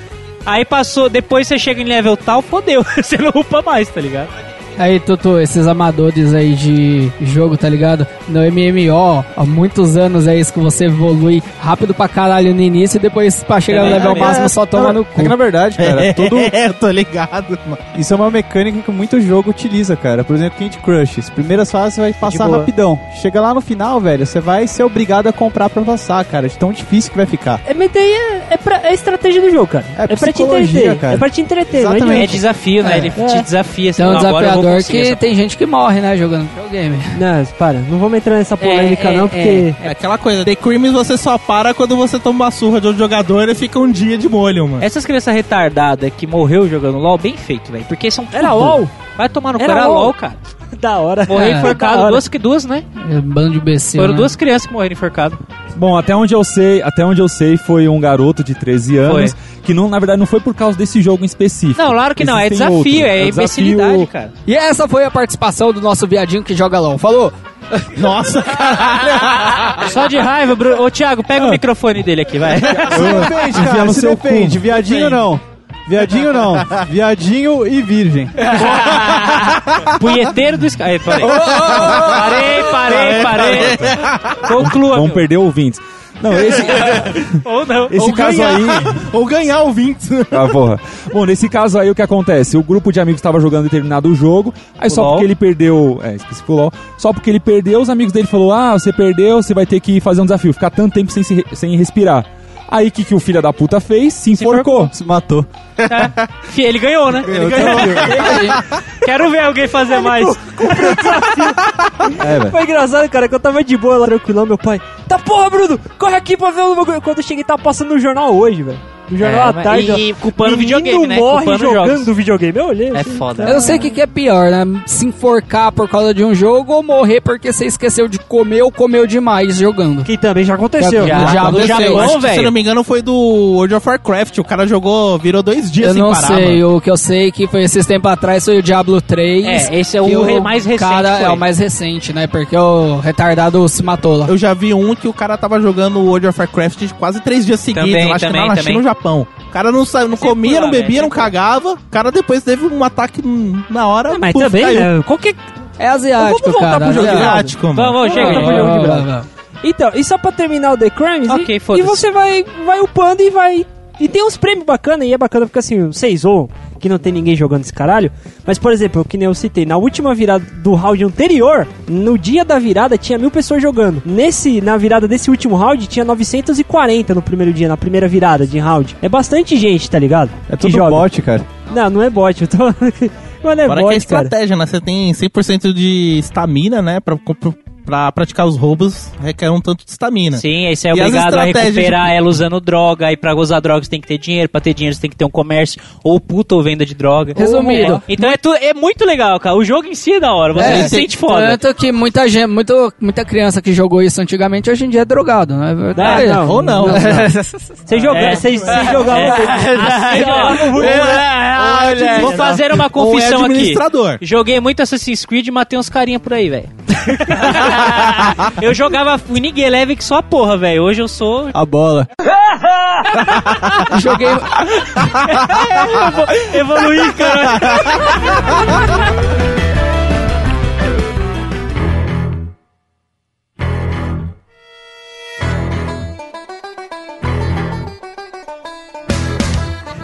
[SPEAKER 1] Aí passou, depois você chega em level tal, fodeu. Você não upa mais, tá ligado?
[SPEAKER 6] Aí, Tutu, esses amadores aí de jogo, tá ligado? No MMO, há muitos anos é isso que você evolui rápido pra caralho no início e depois pra chegar no
[SPEAKER 1] É,
[SPEAKER 6] level
[SPEAKER 1] é,
[SPEAKER 6] máximo só
[SPEAKER 4] não,
[SPEAKER 6] toma no cu.
[SPEAKER 4] É que na verdade, cara, todo...
[SPEAKER 7] É, tô ligado, mano.
[SPEAKER 4] isso é uma mecânica que muito jogo utiliza, cara. Por exemplo, Candy Crush. As primeiras fases você vai passar
[SPEAKER 2] boa.
[SPEAKER 4] rapidão. Chega lá no final, velho, você vai ser obrigado a comprar pra passar, cara. De tão difícil que vai ficar.
[SPEAKER 2] É, mas daí é, é, pra- é estratégia do jogo, cara.
[SPEAKER 4] É
[SPEAKER 2] É, pra te
[SPEAKER 4] psicologia,
[SPEAKER 2] entreter.
[SPEAKER 4] cara.
[SPEAKER 2] É pra te entreter, não
[SPEAKER 4] Exatamente.
[SPEAKER 1] É desafio, né? Ele
[SPEAKER 2] É.
[SPEAKER 1] te desafia. Assim,
[SPEAKER 6] Então,
[SPEAKER 1] não,
[SPEAKER 6] um
[SPEAKER 1] agora eu vou
[SPEAKER 6] desafiador
[SPEAKER 1] conseguir
[SPEAKER 6] que
[SPEAKER 1] essa-
[SPEAKER 6] tem gente que morre, né, jogando videogame.
[SPEAKER 2] Não, para, não vamos entrar nessa polêmica
[SPEAKER 6] É, é,
[SPEAKER 2] não, porque...
[SPEAKER 6] é.
[SPEAKER 7] É aquela coisa, The Crimes você só para quando você toma uma surra de outro jogador e fica um dia de molho, mano.
[SPEAKER 1] Essas crianças retardadas que morreu jogando LOL, bem feito, velho. Porque são tudo.
[SPEAKER 2] Era LOL?
[SPEAKER 1] Vai tomar no cu,
[SPEAKER 2] Era
[SPEAKER 1] era
[SPEAKER 2] LOL.
[SPEAKER 1] LOL, cara.
[SPEAKER 2] Da hora.
[SPEAKER 1] Morreu
[SPEAKER 6] É.
[SPEAKER 2] Da
[SPEAKER 1] enforcado,
[SPEAKER 2] hora.
[SPEAKER 1] duas que duas, né?
[SPEAKER 6] É, Bando de imbecil.
[SPEAKER 1] Foram
[SPEAKER 6] né?
[SPEAKER 1] duas crianças que morreram enforcado.
[SPEAKER 5] Bom, até onde eu sei, até onde eu sei foi um garoto de 13 anos que não, na verdade não foi por causa desse jogo em específico.
[SPEAKER 1] Não, claro que não, é
[SPEAKER 5] Existem
[SPEAKER 1] desafio,
[SPEAKER 5] outros. um
[SPEAKER 1] é,
[SPEAKER 5] desafio-
[SPEAKER 1] imbecilidade, cara.
[SPEAKER 6] E essa foi a participação do nosso viadinho que joga LOL. Falou!
[SPEAKER 7] Nossa,
[SPEAKER 1] Só de raiva, Bruno. Ô, Thiago, pega o microfone dele aqui, vai.
[SPEAKER 4] Se depende, cara.
[SPEAKER 5] no
[SPEAKER 4] Se
[SPEAKER 5] seu
[SPEAKER 4] depende. Viadinho não. Viadinho não. Viadinho e virgem.
[SPEAKER 1] Punheteiro do Sky. Aí, parei. Parei, parei, parei. Conclua.
[SPEAKER 5] Vamos
[SPEAKER 1] meu.
[SPEAKER 5] perder ouvintes. Não, esse,
[SPEAKER 1] Ou não.
[SPEAKER 5] esse caso aí.
[SPEAKER 7] ou ganhar ouvintes.
[SPEAKER 5] Ah, porra. Bom, nesse caso aí o que acontece? O grupo de amigos estava jogando determinado jogo, aí só
[SPEAKER 1] LOL.
[SPEAKER 5] porque ele perdeu. É, específico LOL. Só porque ele perdeu, os amigos dele falaram: Ah, você perdeu, você vai ter que fazer um desafio, ficar tanto tempo sem, se re- sem respirar. Aí o que, que o filho da puta fez? Se enforcou.
[SPEAKER 4] Se matou.
[SPEAKER 1] Fi- Ele ganhou, né? Ele ganhou. Quero ver alguém fazer mais.
[SPEAKER 5] É, velho.
[SPEAKER 2] Foi engraçado, cara, que eu tava de boa lá tranquilão, meu pai. Tá porra, Bruno! Corre aqui pra ver o meu. Quando eu cheguei, tava passando o jornal hoje, velho. No jornal
[SPEAKER 1] É,
[SPEAKER 2] à
[SPEAKER 1] mas-
[SPEAKER 2] tarde. ó.
[SPEAKER 1] e culpando o
[SPEAKER 2] Menino
[SPEAKER 1] videogame, né?
[SPEAKER 2] morre
[SPEAKER 1] Culpando
[SPEAKER 2] jogando
[SPEAKER 1] jogos.
[SPEAKER 2] videogame. Eu olhei.
[SPEAKER 1] É
[SPEAKER 2] assim,
[SPEAKER 1] foda.
[SPEAKER 2] tá.
[SPEAKER 6] Eu não sei o que, que é pior, né? Se enforcar por causa de um jogo ou morrer porque você esqueceu de comer ou comeu demais jogando.
[SPEAKER 2] Que também já aconteceu.
[SPEAKER 6] Já-
[SPEAKER 2] né?
[SPEAKER 6] já-
[SPEAKER 1] no
[SPEAKER 6] aconteceu.
[SPEAKER 7] Eu
[SPEAKER 1] Japão,
[SPEAKER 7] acho que, se
[SPEAKER 1] velho.
[SPEAKER 7] eu não me engano, foi do World of Warcraft. O cara jogou, virou dois dias
[SPEAKER 6] Eu
[SPEAKER 7] sem
[SPEAKER 6] não
[SPEAKER 7] parar.
[SPEAKER 6] sei,
[SPEAKER 7] mano.
[SPEAKER 6] o que eu sei é que foi esses tempos atrás foi o Diablo 3.
[SPEAKER 1] É, esse é
[SPEAKER 6] que
[SPEAKER 1] o re- mais recente
[SPEAKER 6] Cara,
[SPEAKER 1] foi.
[SPEAKER 6] é o mais recente, né? Porque o retardado se matou lá.
[SPEAKER 7] Eu já vi um que o cara tava jogando World of Warcraft de quase três dias seguidos.
[SPEAKER 1] Também,
[SPEAKER 7] eu acho
[SPEAKER 1] também,
[SPEAKER 7] que na China
[SPEAKER 1] também. né,
[SPEAKER 7] no Japão. O cara não, sa... não
[SPEAKER 1] Sempre
[SPEAKER 7] comia,
[SPEAKER 1] lá,
[SPEAKER 7] não bebia,
[SPEAKER 1] velho,
[SPEAKER 7] não
[SPEAKER 1] sempre.
[SPEAKER 7] cagava. O cara depois teve um ataque hum, na hora.
[SPEAKER 2] Mas
[SPEAKER 7] puf,
[SPEAKER 2] também,
[SPEAKER 7] caiu.
[SPEAKER 2] né? Qualquer...
[SPEAKER 6] É asiático,
[SPEAKER 2] Vamos voltar
[SPEAKER 6] cara. né?
[SPEAKER 2] pro jogo
[SPEAKER 6] asiático.
[SPEAKER 7] Asiático, mano.
[SPEAKER 1] Vamos, vamos,
[SPEAKER 2] Não,
[SPEAKER 1] chega.
[SPEAKER 2] não,
[SPEAKER 1] aí.
[SPEAKER 2] não.
[SPEAKER 6] Vai,
[SPEAKER 2] jogo de
[SPEAKER 6] vai,
[SPEAKER 2] braço.
[SPEAKER 6] vai.
[SPEAKER 2] Então, e só pra terminar o The Crimes,
[SPEAKER 1] Ok,
[SPEAKER 2] e, e
[SPEAKER 1] foda-se.
[SPEAKER 2] você vai, vai upando e vai... E tem uns prêmios bacanas, e é bacana porque assim, vocês ou que não tem ninguém jogando esse caralho, mas por exemplo, que nem eu citei, na última virada do round anterior, no dia da virada tinha mil pessoas jogando. Nesse, na virada desse último round, tinha 940 no primeiro dia, na primeira virada de round. É bastante gente, tá ligado?
[SPEAKER 4] É tudo bot, cara.
[SPEAKER 2] Não, não é bot, eu tô... Mano, é
[SPEAKER 7] Fora que é
[SPEAKER 2] bot, cara.
[SPEAKER 7] estratégia, né? Você tem 100% de estamina, né? Pra, pra praticar os roubos, requer um tanto de estamina.
[SPEAKER 1] Sim, aí você é
[SPEAKER 7] E as
[SPEAKER 1] obrigado a
[SPEAKER 7] estratégias,
[SPEAKER 1] recuperar ela usando droga. Aí pra usar droga você tem que ter dinheiro. Pra ter dinheiro você tem que ter um comércio. Ou puta ou venda de droga.
[SPEAKER 6] Resumido.
[SPEAKER 1] Então é, tu- é muito legal, cara. O jogo em si é da hora. Você
[SPEAKER 6] É,
[SPEAKER 1] se sente foda.
[SPEAKER 6] Tanto que muita gente, muito, muita criança que jogou isso antigamente hoje em dia é drogado, né?
[SPEAKER 2] Ah, não,
[SPEAKER 7] Ou não.
[SPEAKER 2] não, não. Você jogar,
[SPEAKER 1] É.
[SPEAKER 2] você você jogar
[SPEAKER 1] Assim, ó,
[SPEAKER 7] Olha,
[SPEAKER 1] Vou fazer uma
[SPEAKER 7] Ou é
[SPEAKER 1] confissão aqui.
[SPEAKER 7] administrador.
[SPEAKER 1] Joguei muito Assassin's Creed e matei uns carinha por aí, velho. eu jogava Winning Eleven que só a porra, velho. Hoje eu sou.
[SPEAKER 7] Ah,
[SPEAKER 4] A bola.
[SPEAKER 6] Joguei,
[SPEAKER 1] Evoluí, cara.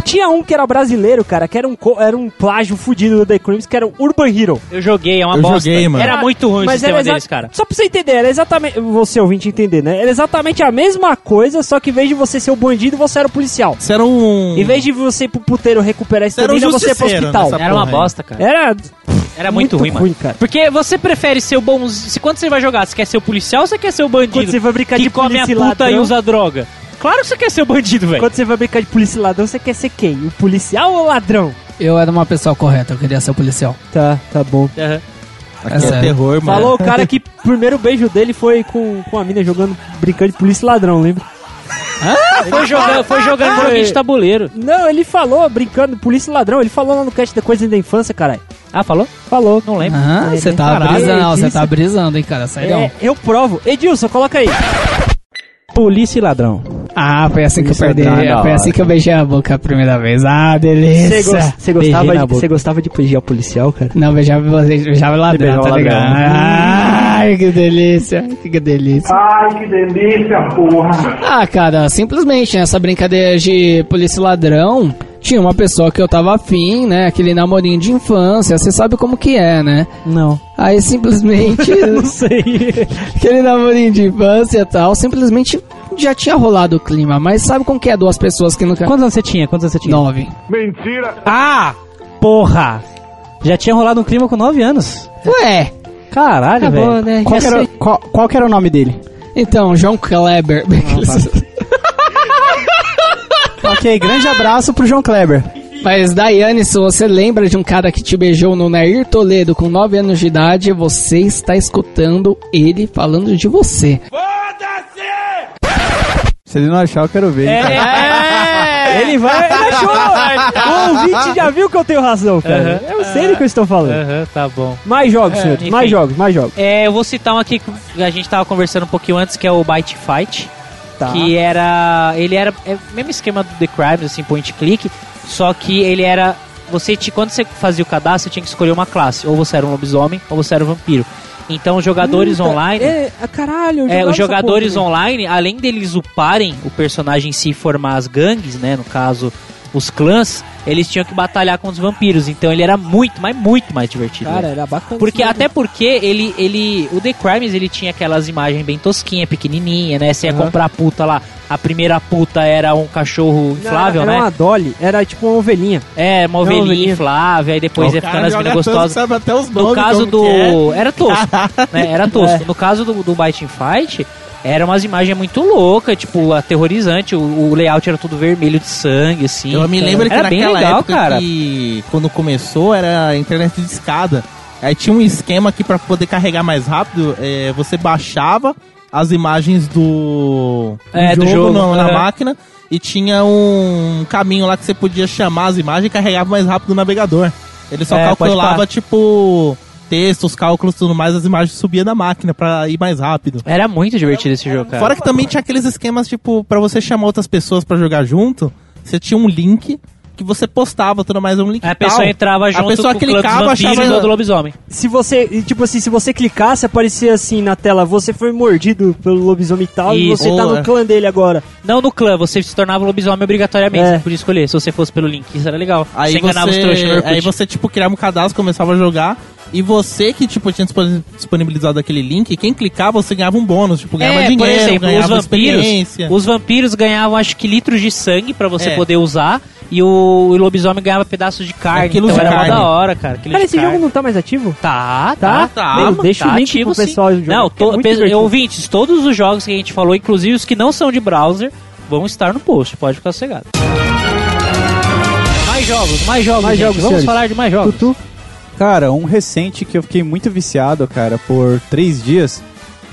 [SPEAKER 2] Tinha um que era brasileiro, cara, que era um, co- era um plágio fudido do The Crimes, que era o Urban Hero.
[SPEAKER 1] Eu joguei, é uma
[SPEAKER 7] Eu
[SPEAKER 1] bosta.
[SPEAKER 7] joguei, mano.
[SPEAKER 1] Era muito ruim o sistema
[SPEAKER 2] exa-
[SPEAKER 1] deles, cara.
[SPEAKER 2] Só pra você entender, era exatamente. Você ouvinte entender, né? Era exatamente a mesma coisa, só que em vez de você ser o bandido, você era o policial.
[SPEAKER 7] Você era um...
[SPEAKER 2] Em vez de você ir pro puteiro recuperar a
[SPEAKER 7] Você era um
[SPEAKER 2] estamina, você ia pro
[SPEAKER 7] justiceiro
[SPEAKER 2] hospital.
[SPEAKER 7] nessa-
[SPEAKER 1] Era uma
[SPEAKER 7] porra aí.
[SPEAKER 1] bosta, cara.
[SPEAKER 2] Era
[SPEAKER 1] Era É muito, ruim, mano.
[SPEAKER 2] cara.
[SPEAKER 1] Porque você prefere ser o bom. Se quando você vai jogar, você quer ser o policial ou você quer ser o
[SPEAKER 2] Quando
[SPEAKER 1] bandido?
[SPEAKER 2] você vai brincar
[SPEAKER 1] que
[SPEAKER 2] de
[SPEAKER 1] come a
[SPEAKER 2] polícia e
[SPEAKER 1] puta
[SPEAKER 2] ladrão.
[SPEAKER 1] e usa droga. Claro que você quer ser o bandido, velho.
[SPEAKER 2] Quando você vai brincar de polícia e ladrão, você quer ser quem? O policial ou o ladrão?
[SPEAKER 6] eu era uma pessoa correta, eu queria ser policial.
[SPEAKER 2] Tá, tá bom.
[SPEAKER 1] Aham.
[SPEAKER 7] Aqui
[SPEAKER 6] É sério.
[SPEAKER 7] terror,
[SPEAKER 2] Falou o cara que o primeiro beijo dele foi com, com a mina jogando, brincando de polícia e ladrão, lembra?
[SPEAKER 1] Foi jogando, foi jogando joguinho de tabuleiro.
[SPEAKER 2] Não, ele falou, brincando, polícia e ladrão, ele falou lá no cast da coisa da infância, caralho.
[SPEAKER 1] Ah, falou?
[SPEAKER 2] Falou.
[SPEAKER 1] Não lembro.
[SPEAKER 6] Ah, você tá
[SPEAKER 2] Caralho,
[SPEAKER 6] brisando,
[SPEAKER 2] que
[SPEAKER 6] você
[SPEAKER 2] isso?
[SPEAKER 6] tá brisando, hein, cara, sério.
[SPEAKER 2] É, eu provo. Edilson, coloca aí.
[SPEAKER 3] Polícia e ladrão.
[SPEAKER 6] Ah, foi assim que eu perdi,
[SPEAKER 3] tá da
[SPEAKER 6] foi
[SPEAKER 3] hora.
[SPEAKER 6] assim que eu beijei a boca a primeira vez. Ah, delícia.
[SPEAKER 2] Você
[SPEAKER 3] Beijei
[SPEAKER 2] gostava,
[SPEAKER 3] na
[SPEAKER 2] de-
[SPEAKER 3] boca.
[SPEAKER 2] você gostava de policial policial, cara?
[SPEAKER 6] Não, beijava você, beijava ladrão,
[SPEAKER 3] beijava
[SPEAKER 6] tá ligado?
[SPEAKER 3] ladrão.
[SPEAKER 6] Ai, que delícia, que delícia.
[SPEAKER 8] Ai, que delícia, porra!
[SPEAKER 6] Ah, cara, simplesmente nessa brincadeira de polícia e ladrão, tinha uma pessoa que eu tava afim, né? Aquele namorinho de infância, você sabe como que é, né?
[SPEAKER 2] Não.
[SPEAKER 6] Aí simplesmente,
[SPEAKER 2] Não sei.
[SPEAKER 6] aquele namorinho de infância e tal, simplesmente já tinha rolado o clima. Mas sabe como que é duas pessoas que nunca.
[SPEAKER 3] Quantos anos você tinha? Quantos anos você tinha?
[SPEAKER 6] Nove.
[SPEAKER 8] Mentira!
[SPEAKER 3] Ah! Porra! Já tinha rolado um clima com 9 anos.
[SPEAKER 6] Ué,
[SPEAKER 3] Caralho,
[SPEAKER 6] acabou,
[SPEAKER 3] velho.
[SPEAKER 6] né?
[SPEAKER 4] Qual
[SPEAKER 6] Já
[SPEAKER 4] que, era,
[SPEAKER 6] sei.
[SPEAKER 4] qual, qual que era o nome dele?
[SPEAKER 6] Então, João Kleber.
[SPEAKER 4] ok, grande abraço pro João Kleber.
[SPEAKER 6] Mas, Daiane, se você lembra de um cara que te beijou no Nair Toledo com 9 anos de idade, você está escutando ele falando de você.
[SPEAKER 4] Se ele não achar, eu quero ver.
[SPEAKER 2] É.
[SPEAKER 4] hein, cara.
[SPEAKER 1] É.
[SPEAKER 2] Ele vai. Ele achou! o ouvinte já viu que eu tenho razão, cara. Eu sei do que eu estou falando.
[SPEAKER 1] Aham, tá bom.
[SPEAKER 2] Mais jogos, senhores.
[SPEAKER 1] enfim.
[SPEAKER 2] Mais jogos, mais jogos.
[SPEAKER 1] É, eu vou citar um aqui que a gente tava conversando um pouquinho antes, que é o Byte Fight.
[SPEAKER 2] Tá.
[SPEAKER 1] Que era. Ele era. É o mesmo esquema do The Crimes, assim, point and click. Só que ele era. Você ti- quando você fazia o cadastro, você tinha que escolher uma classe. Ou você era um lobisomem, ou você era um vampiro. Então os jogadores
[SPEAKER 2] Puta,
[SPEAKER 1] online.
[SPEAKER 2] É, ah, caralho, eu
[SPEAKER 1] É,
[SPEAKER 2] jogava
[SPEAKER 1] os
[SPEAKER 2] essa
[SPEAKER 1] jogadores
[SPEAKER 2] porra,
[SPEAKER 1] online, além deles uparem o personagem em si e formar as gangues, né? No caso, né, os clãs, eles tinham que batalhar com os vampiros. Então ele era muito, mas muito mais divertido.
[SPEAKER 2] Cara, era bacana.
[SPEAKER 1] Porque
[SPEAKER 2] isso, né?
[SPEAKER 1] até porque ele, ele. O The Crimes ele tinha aquelas imagens bem tosquinhas, pequenininha, né? Você ia
[SPEAKER 2] Aham.
[SPEAKER 1] comprar a puta lá. A primeira puta era um cachorro
[SPEAKER 2] Não,
[SPEAKER 1] inflável,
[SPEAKER 2] era
[SPEAKER 1] né?
[SPEAKER 2] uma Dolly, era tipo uma ovelhinha.
[SPEAKER 1] É, uma ovelhinha,
[SPEAKER 2] ovelhinha.
[SPEAKER 1] inflável, aí depois ia ficando as
[SPEAKER 7] joga
[SPEAKER 1] meninas
[SPEAKER 7] tanto que
[SPEAKER 1] gostosas.
[SPEAKER 7] Sabe até os
[SPEAKER 1] No
[SPEAKER 7] nomes,
[SPEAKER 1] caso
[SPEAKER 7] como que é.
[SPEAKER 1] do. Era tosco. né? Era tosco. No caso do, do Bite and Fight, era umas imagens muito loucas, tipo, aterrorizante. O, o layout era tudo vermelho de sangue, assim.
[SPEAKER 7] Eu me lembro que
[SPEAKER 1] era bem
[SPEAKER 7] naquela
[SPEAKER 1] legal,
[SPEAKER 7] época
[SPEAKER 1] cara.
[SPEAKER 7] que quando começou era a internet de escada. Aí tinha um esquema que pra poder carregar mais rápido, é, você baixava as imagens do,
[SPEAKER 1] É, do jogo,
[SPEAKER 7] na, na
[SPEAKER 1] é.
[SPEAKER 7] máquina e tinha um caminho lá que você podia chamar as imagens e carregava mais rápido o navegador. Ele só
[SPEAKER 1] É, pode
[SPEAKER 7] calculava, tipo, textos, cálculos, tudo mais, as imagens subiam na máquina pra ir mais rápido.
[SPEAKER 1] Era muito divertido esse jogo, cara.
[SPEAKER 7] Fora que também tinha aqueles esquemas, tipo, pra você chamar outras pessoas pra jogar junto, você tinha um link que você postava, tudo mais, um link
[SPEAKER 1] É, A
[SPEAKER 7] tal.
[SPEAKER 1] pessoa entrava junto
[SPEAKER 7] pessoa
[SPEAKER 1] com o clã dos
[SPEAKER 7] clicava,
[SPEAKER 1] vampiros
[SPEAKER 7] achava-
[SPEAKER 1] e do- do lobisomem.
[SPEAKER 2] Se você, e, tipo assim, se você clicasse, aparecia assim na tela, você foi mordido pelo lobisomem tal e
[SPEAKER 1] Isso.
[SPEAKER 2] você tá
[SPEAKER 7] Boa.
[SPEAKER 2] no clã dele agora.
[SPEAKER 1] Não no clã, você se tornava um lobisomem obrigatoriamente.
[SPEAKER 2] É.
[SPEAKER 1] Você podia escolher se você fosse pelo link. Isso era legal.
[SPEAKER 7] Aí
[SPEAKER 1] você enganava os trouxas no
[SPEAKER 7] você,
[SPEAKER 1] Orkut.
[SPEAKER 7] aí você, tipo, criava um cadastro, começava a jogar, e você que, tipo, tinha dispon- disponibilizado aquele link, quem clicava, você ganhava um bônus, tipo, ganhava
[SPEAKER 1] É,
[SPEAKER 7] dinheiro,
[SPEAKER 1] por exemplo, os
[SPEAKER 7] ganhava
[SPEAKER 1] vampiros,
[SPEAKER 7] experiência.
[SPEAKER 1] os vampiros ganhavam acho que litros de sangue pra você
[SPEAKER 7] É.
[SPEAKER 1] poder usar e o, o lobisomem ganhava pedaços de carne.
[SPEAKER 7] É, quilos
[SPEAKER 1] então
[SPEAKER 7] de
[SPEAKER 1] era mó
[SPEAKER 7] carne.
[SPEAKER 1] da hora, cara. quilos
[SPEAKER 2] Cara,
[SPEAKER 1] de
[SPEAKER 2] esse
[SPEAKER 1] carne.
[SPEAKER 2] jogo não tá mais ativo?
[SPEAKER 1] Tá,
[SPEAKER 2] Tá?
[SPEAKER 1] tá.
[SPEAKER 7] Tá,
[SPEAKER 2] Meu,
[SPEAKER 7] mano,
[SPEAKER 2] deixa o
[SPEAKER 1] tá
[SPEAKER 2] link pro
[SPEAKER 1] ativo, sim.
[SPEAKER 2] pessoal jogar.
[SPEAKER 1] Não,
[SPEAKER 2] que
[SPEAKER 1] to,
[SPEAKER 2] é muito
[SPEAKER 1] pe-
[SPEAKER 2] divertido.
[SPEAKER 1] ouvintes, todos os jogos que a gente falou, inclusive os que não são de browser, vão estar no post. Pode ficar sossegado. Mais jogos, mais jogos,
[SPEAKER 2] Mais
[SPEAKER 1] gente.
[SPEAKER 2] jogos,
[SPEAKER 1] Vamos
[SPEAKER 2] senhores.
[SPEAKER 1] falar de mais jogos.
[SPEAKER 2] Tutu,
[SPEAKER 4] Cara, um recente que eu fiquei muito viciado, cara, por três dias,